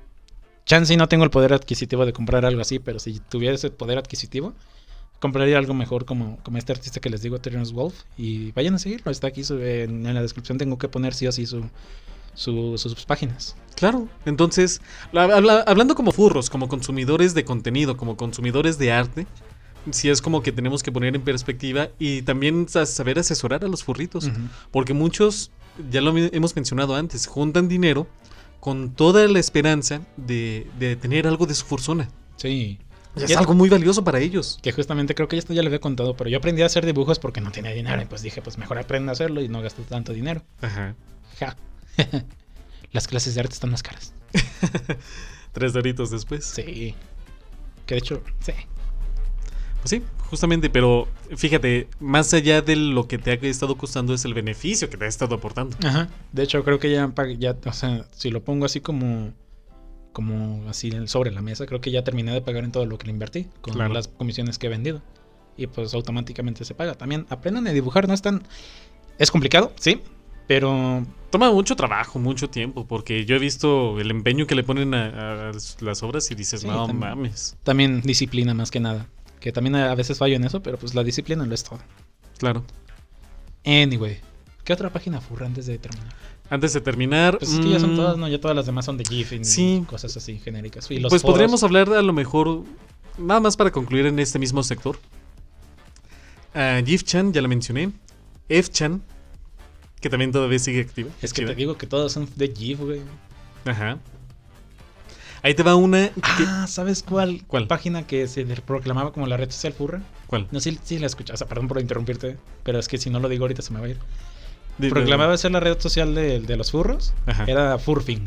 Speaker 2: Chance y no tengo el poder adquisitivo de comprar algo así, pero si tuviera ese poder adquisitivo, compraría algo mejor como, como este artista que les digo, Terence Wolf. Y vayan a seguirlo, está aquí su- en, en la descripción, tengo que poner sí o sí su- su- sus páginas.
Speaker 1: Claro, entonces, la- habla- hablando como furros, como consumidores de contenido, como consumidores de arte, sí es como que tenemos que poner en perspectiva y también sa- saber asesorar a los furritos,
Speaker 2: Ujú.
Speaker 1: porque muchos, ya lo mi- hemos mencionado antes, juntan dinero con toda la esperanza de, de tener algo de su fursona.
Speaker 2: Sí.
Speaker 1: Y es
Speaker 2: Ya-
Speaker 1: algo muy valioso para ellos.
Speaker 2: Que justamente creo que esto ya lo había contado, pero yo aprendí a hacer dibujos porque no tenía dinero. Y pues dije, pues mejor aprendo a hacerlo y no gasto tanto dinero.
Speaker 1: Ajá.
Speaker 2: Ja. Las clases de arte están más caras.
Speaker 1: Tres doritos después.
Speaker 2: Sí. Que de hecho, sí.
Speaker 1: Pues sí, justamente, pero fíjate, más allá de lo que te ha estado costando es el beneficio que te ha estado aportando.
Speaker 2: Ajá. De hecho, creo que ya, pag- ya o sea, si lo pongo así como como así en- sobre la mesa, creo que ya terminé de pagar en todo lo que le invertí, con
Speaker 1: Claro.
Speaker 2: las comisiones que he vendido. Y pues automáticamente se paga. También aprendan a dibujar, no es tan... Es complicado, sí, pero...
Speaker 1: Toma mucho trabajo, mucho tiempo, porque yo he visto el empeño que le ponen a, a las obras y dices,
Speaker 2: Sí,
Speaker 1: no
Speaker 2: también.
Speaker 1: mames.
Speaker 2: También disciplina más que nada. Que también a veces fallo en eso, pero pues la disciplina lo es todo.
Speaker 1: Claro.
Speaker 2: Anyway, ¿qué otra página furra antes de terminar?
Speaker 1: Antes de terminar,
Speaker 2: Pues es que ya son
Speaker 1: mm,
Speaker 2: todas, ¿no? Ya todas las demás son de GIF y
Speaker 1: Sí.
Speaker 2: cosas así genéricas. Y los
Speaker 1: pues
Speaker 2: foros.
Speaker 1: podríamos hablar a lo mejor, nada más para concluir en este mismo sector. A Chan, ya la mencioné. F-Chan, que también todavía sigue activa.
Speaker 2: Es que
Speaker 1: Chida.
Speaker 2: te digo que todas son de GIF, güey.
Speaker 1: Ajá. Ahí te va una. que-
Speaker 2: Ah, ¿sabes cuál,
Speaker 1: ¿Cuál?
Speaker 2: página que se le proclamaba como la red social furra?
Speaker 1: ¿Cuál?
Speaker 2: No sé si la escuchas. O sea, perdón por interrumpirte, pero es que si no lo digo ahorita se me va a ir.
Speaker 1: De-
Speaker 2: Proclamaba ser la red social de, de los furros.
Speaker 1: Ajá.
Speaker 2: Era Furfing.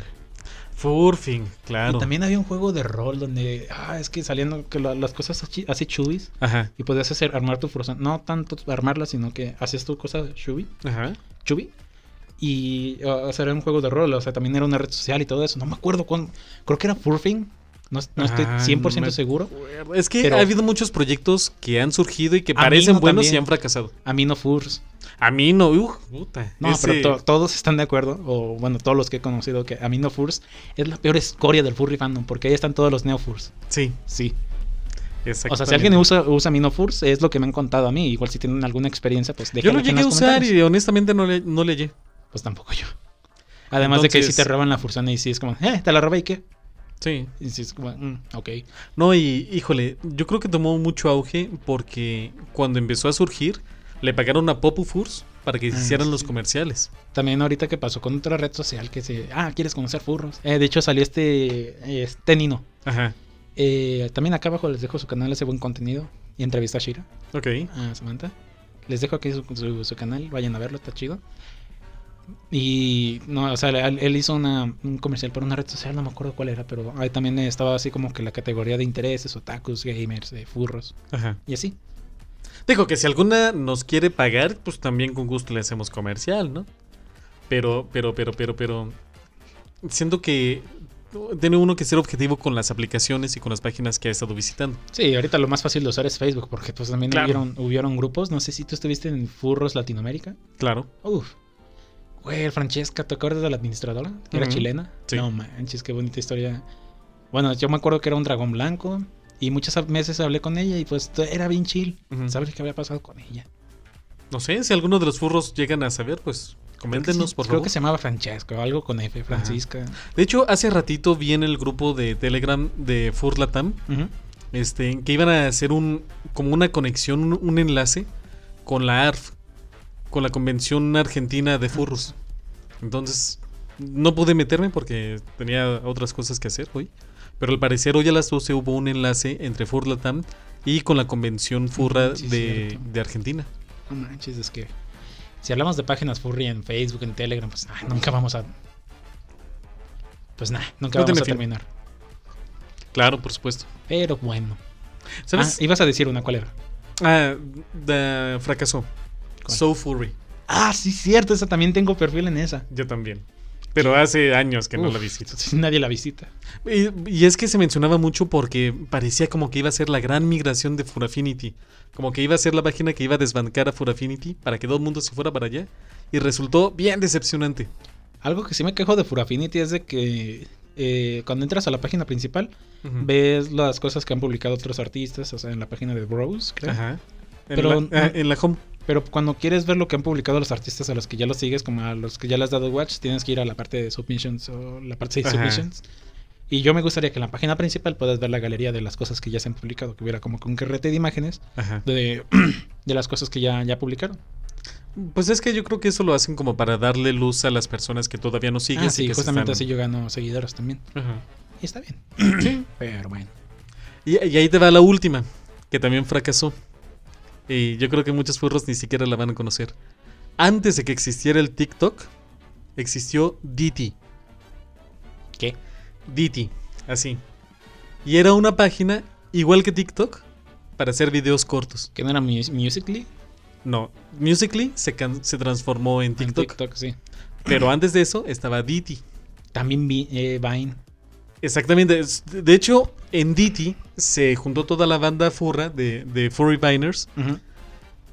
Speaker 1: Furfing, Ah. claro.
Speaker 2: Y también había un juego de rol donde, ah, es que saliendo que la- las cosas así, así chubis.
Speaker 1: Ajá.
Speaker 2: Y podías hacer, armar tu fuerza. No tanto armarla, sino que hacías tu cosa chubi.
Speaker 1: Ajá.
Speaker 2: Chubi. Y o sea, era un juego de rol. O sea, también era una red social y todo eso. No me acuerdo cuándo. Creo que era Furfing. No, no estoy
Speaker 1: Ah,
Speaker 2: 100%
Speaker 1: no me
Speaker 2: seguro.
Speaker 1: Es que
Speaker 2: Pero-
Speaker 1: ha habido muchos proyectos que han surgido y que
Speaker 2: Amino
Speaker 1: parecen buenos y
Speaker 2: también.
Speaker 1: han fracasado.
Speaker 2: A mí no Furs.
Speaker 1: A mí no, uh, puta.
Speaker 2: No,
Speaker 1: ese-
Speaker 2: pero to- todos están de acuerdo. O bueno, todos los que he conocido que a mí no Furs es la peor escoria del Furry fandom. Porque ahí están todos los Neo Furs.
Speaker 1: Sí,
Speaker 2: Sí.
Speaker 1: exactamente.
Speaker 2: O sea, si alguien usa, usa Amino Furs, es lo que me han contado a mí. Igual si tienen alguna experiencia, pues
Speaker 1: Yo
Speaker 2: déjenlo
Speaker 1: lo
Speaker 2: aquí en
Speaker 1: llegué a
Speaker 2: los
Speaker 1: usar
Speaker 2: comentarios.
Speaker 1: y honestamente no, le, no leí.
Speaker 2: Pues tampoco yo. Además de que si
Speaker 1: Entonces-
Speaker 2: te roban la fursona y si es como, eh, te la robé y qué.
Speaker 1: Sí.
Speaker 2: Y si es como, "Mm, ok.
Speaker 1: No, y híjole, yo creo que tomó mucho auge porque cuando empezó a surgir, le pagaron a Popu Furs para que
Speaker 2: Ah,
Speaker 1: hicieran
Speaker 2: sí.
Speaker 1: los comerciales.
Speaker 2: También ahorita que pasó con otra red social que se, ah, quieres conocer furros. Eh, de hecho salió este, este Nino.
Speaker 1: Ajá.
Speaker 2: Eh, también acá abajo les dejo su canal, hace buen contenido. Y entrevista a Shira,
Speaker 1: Ok.
Speaker 2: a Samantha. Les dejo aquí su, su- su canal, vayan a verlo, está chido. Y no, o sea, él, él hizo una- un comercial para una red social, no me acuerdo cuál era, pero ahí también estaba así como que la categoría de intereses, otakus, gamers, eh, furros
Speaker 1: Ajá.
Speaker 2: y así.
Speaker 1: Digo que si alguna nos quiere pagar, pues también con gusto le hacemos comercial, ¿no? Pero, pero, pero, pero, pero. Siento que tiene uno que ser objetivo con las aplicaciones y con las páginas que ha estado visitando.
Speaker 2: Sí, ahorita lo más fácil de usar es Facebook, porque pues también
Speaker 1: Claro.
Speaker 2: hubieron, hubieron grupos. No sé si tú estuviste en Furros Latinoamérica.
Speaker 1: Claro.
Speaker 2: Uf. Güey, el Francesca, ¿te acuerdas de la administradora? Que era
Speaker 1: Ujú.
Speaker 2: chilena.
Speaker 1: Sí.
Speaker 2: No manches, qué bonita historia. Bueno, yo me acuerdo que era un dragón blanco. Y muchas veces hablé con ella y pues t- era bien chill.
Speaker 1: Ujú.
Speaker 2: ¿Sabes qué había pasado con ella?
Speaker 1: No sé, si alguno de los furros llegan a saber, pues coméntenos,
Speaker 2: Sí,
Speaker 1: por
Speaker 2: Creo
Speaker 1: favor.
Speaker 2: que se llamaba Francesca o algo con F, Francisca.
Speaker 1: De hecho, hace ratito vi en el grupo de Telegram de Furlatam
Speaker 2: Ujú.
Speaker 1: este, que iban a hacer un como una conexión, un, un enlace con la ARF, con la Convención Argentina de Furros. Entonces, no pude meterme porque tenía otras cosas que hacer hoy. Pero al parecer hoy a las 12 hubo un enlace entre Furlatam y con la Convención Furra
Speaker 2: sí,
Speaker 1: de,
Speaker 2: cierto.
Speaker 1: de Argentina.
Speaker 2: No manches, es que. Si hablamos de páginas furry en Facebook, en Telegram, pues ah, nunca vamos a. Pues nada, nunca
Speaker 1: No tiene
Speaker 2: vamos a
Speaker 1: fin.
Speaker 2: terminar.
Speaker 1: Claro, por supuesto.
Speaker 2: Pero bueno.
Speaker 1: ¿Sabes?
Speaker 2: Ah, ibas a decir una cuál era.
Speaker 1: Ah, da- fracasó.
Speaker 2: ¿Cuál?
Speaker 1: So Furry.
Speaker 2: Ah, sí, cierto, esa también tengo perfil en esa.
Speaker 1: Yo también. Pero hace años que no
Speaker 2: Uf,
Speaker 1: la visito.
Speaker 2: Nadie la visita.
Speaker 1: Y, y es que se mencionaba mucho porque parecía como que iba a ser la gran migración de Furafinity. Como que iba a ser la página que iba a desbancar a Furafinity para que todo el mundo se fuera para allá. Y resultó bien decepcionante.
Speaker 2: Algo que sí me quejo de Furafinity es de que eh, cuando entras a la página principal,
Speaker 1: Ujú.
Speaker 2: ves las cosas que han publicado otros artistas, o sea, en la página de Bros, creo.
Speaker 1: Ajá. En,
Speaker 2: Pero
Speaker 1: la,
Speaker 2: no-
Speaker 1: ah, en la home.
Speaker 2: Pero cuando quieres ver lo que han publicado los artistas a los que ya los sigues, como a los que ya les has dado watch, tienes que ir a la parte de submissions o la parte de
Speaker 1: Ajá.
Speaker 2: submissions. Y yo me gustaría que en la página principal puedas ver la galería de las cosas que ya se han publicado, que hubiera como con carrete de imágenes
Speaker 1: Ajá.
Speaker 2: de, de las cosas que ya, ya publicaron.
Speaker 1: Pues es que yo creo que eso lo hacen como para darle luz a las personas que todavía no siguen.
Speaker 2: ah, sí,
Speaker 1: que se
Speaker 2: justamente así
Speaker 1: están-
Speaker 2: yo gano seguidores también.
Speaker 1: Ajá.
Speaker 2: Y está bien. Pero bueno.
Speaker 1: Y, y ahí te va la última, que también fracasó. Y yo creo que muchos furros ni siquiera la van a conocer. Antes de que existiera el TikTok, existió DT.
Speaker 2: ¿Qué?
Speaker 1: DT, así. Y era una página igual que TikTok para hacer videos cortos.
Speaker 2: ¿Que no era Mus- Musically?
Speaker 1: No, Musically se, can- se transformó en
Speaker 2: En
Speaker 1: TikTok,
Speaker 2: Ah, TikTok, sí.
Speaker 1: pero antes de eso estaba DT.
Speaker 2: También vi eh, Vine.
Speaker 1: Exactamente. es- De hecho, en DT se juntó toda la banda furra de, de Furry Viners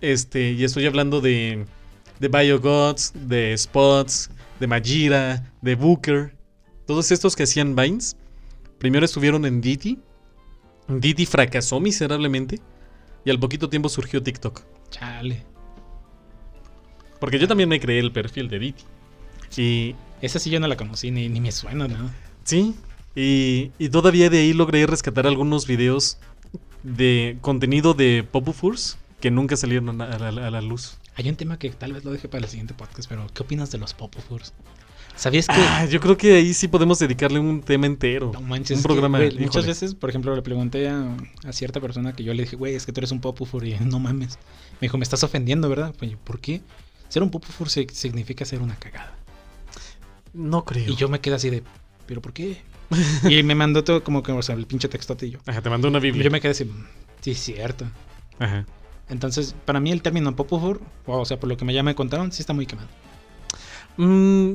Speaker 1: Este, y estoy hablando de, de BioGods, de Spots, de Majira, de Booker. Todos estos que hacían Vines. Primero estuvieron en Didi. Didi fracasó miserablemente. Y al poquito tiempo surgió TikTok.
Speaker 2: Chale.
Speaker 1: Porque yo también me creé el perfil de Didi. Y.
Speaker 2: Esa sí yo no la conocí, ni, ni me suena nada.
Speaker 1: Sí. Y, y todavía de ahí logré rescatar algunos videos de contenido de Popufurs que nunca salieron a la- a la- a la luz.
Speaker 2: Hay un tema que tal vez lo deje para el siguiente podcast, pero ¿qué opinas de los Popofurs? ¿Sabías que
Speaker 1: Ah, yo creo que ahí sí podemos dedicarle un tema entero.
Speaker 2: No manches,
Speaker 1: un
Speaker 2: es que,
Speaker 1: programa,
Speaker 2: güey,
Speaker 1: híjole.
Speaker 2: muchas veces, por ejemplo, le pregunté a, a cierta persona que yo le dije, güey, es que tú eres un popufur y no mames. Me dijo, me estás ofendiendo, ¿verdad? Pues yo, ¿por qué? Ser un popufur se- significa ser una cagada.
Speaker 1: No creo.
Speaker 2: Y yo me quedé así de, ¿pero por qué? y me mandó todo como que, o sea, el pinche textote y yo.
Speaker 1: Ajá, te mandó una
Speaker 2: Y
Speaker 1: Biblia.
Speaker 2: yo me quedé así, "Mm, sí, es cierto.
Speaker 1: Ajá.
Speaker 2: Entonces, para mí el término popufur, o sea, por lo que me ya me contaron, sí está muy quemado.
Speaker 1: Mm,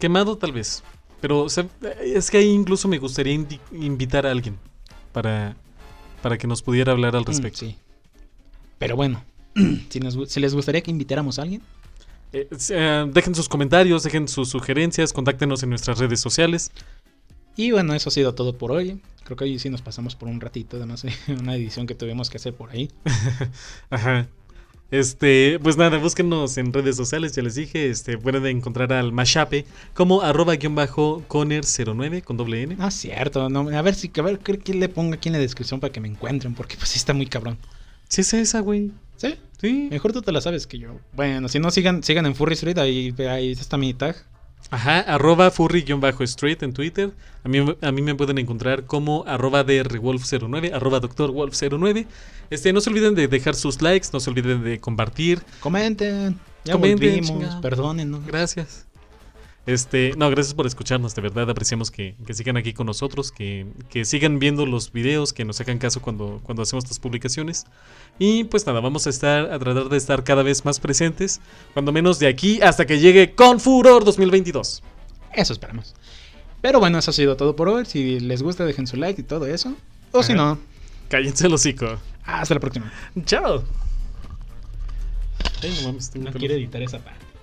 Speaker 1: quemado tal vez. Pero o sea, es que ahí incluso me gustaría indi- invitar a alguien para, para que nos pudiera hablar al respecto.
Speaker 2: Mm, sí. Pero bueno, si, nos gu- si les gustaría que invitáramos a alguien,
Speaker 1: Eh, s- eh, dejen sus comentarios, dejen sus sugerencias, contáctenos en nuestras redes sociales.
Speaker 2: Y bueno, eso ha sido todo por hoy. Creo que hoy sí nos pasamos por un ratito, además eh, una edición que tuvimos que hacer por ahí.
Speaker 1: Ajá. Este, pues nada, búsquenos en redes sociales, ya les dije, este, pueden encontrar al Mashape como arroba guión bajo coner09 con doble N.
Speaker 2: Ah, cierto, no, a ver si a ver creo que le pongo aquí en la descripción para que me encuentren, porque pues sí está muy cabrón.
Speaker 1: Sí es esa, güey.
Speaker 2: Sí,
Speaker 1: Sí.
Speaker 2: mejor tú te la sabes que yo. Bueno, si no sigan, sigan en Furry Street, ahí, ahí está mi tag.
Speaker 1: Ajá, arroba furry-street en Twitter. A mí, a mí me pueden encontrar como arroba drwolf09, arroba doctorwolf09. Este, no se olviden de dejar sus likes, no se olviden de compartir.
Speaker 2: Comenten. Ya
Speaker 1: Comenten,
Speaker 2: volvimos,
Speaker 1: chingado.
Speaker 2: perdónennos.
Speaker 1: Gracias. Este, no, gracias por escucharnos, de verdad apreciamos que, que sigan aquí con nosotros, que, que sigan viendo los videos, que nos hagan caso cuando, cuando hacemos estas publicaciones. Y pues nada, vamos a estar, a tratar de estar cada vez más presentes, cuando menos de aquí hasta que llegue Con Furor 2022.
Speaker 2: Eso esperamos. Pero bueno, eso ha sido todo por hoy. Si les gusta, dejen su like y todo eso. O si
Speaker 1: Ajá.
Speaker 2: no,
Speaker 1: Cállense el hocico.
Speaker 2: hasta la próxima.
Speaker 1: Chao. Ay, no mames, tengo
Speaker 2: No
Speaker 1: que-
Speaker 2: quiero editar esa parte.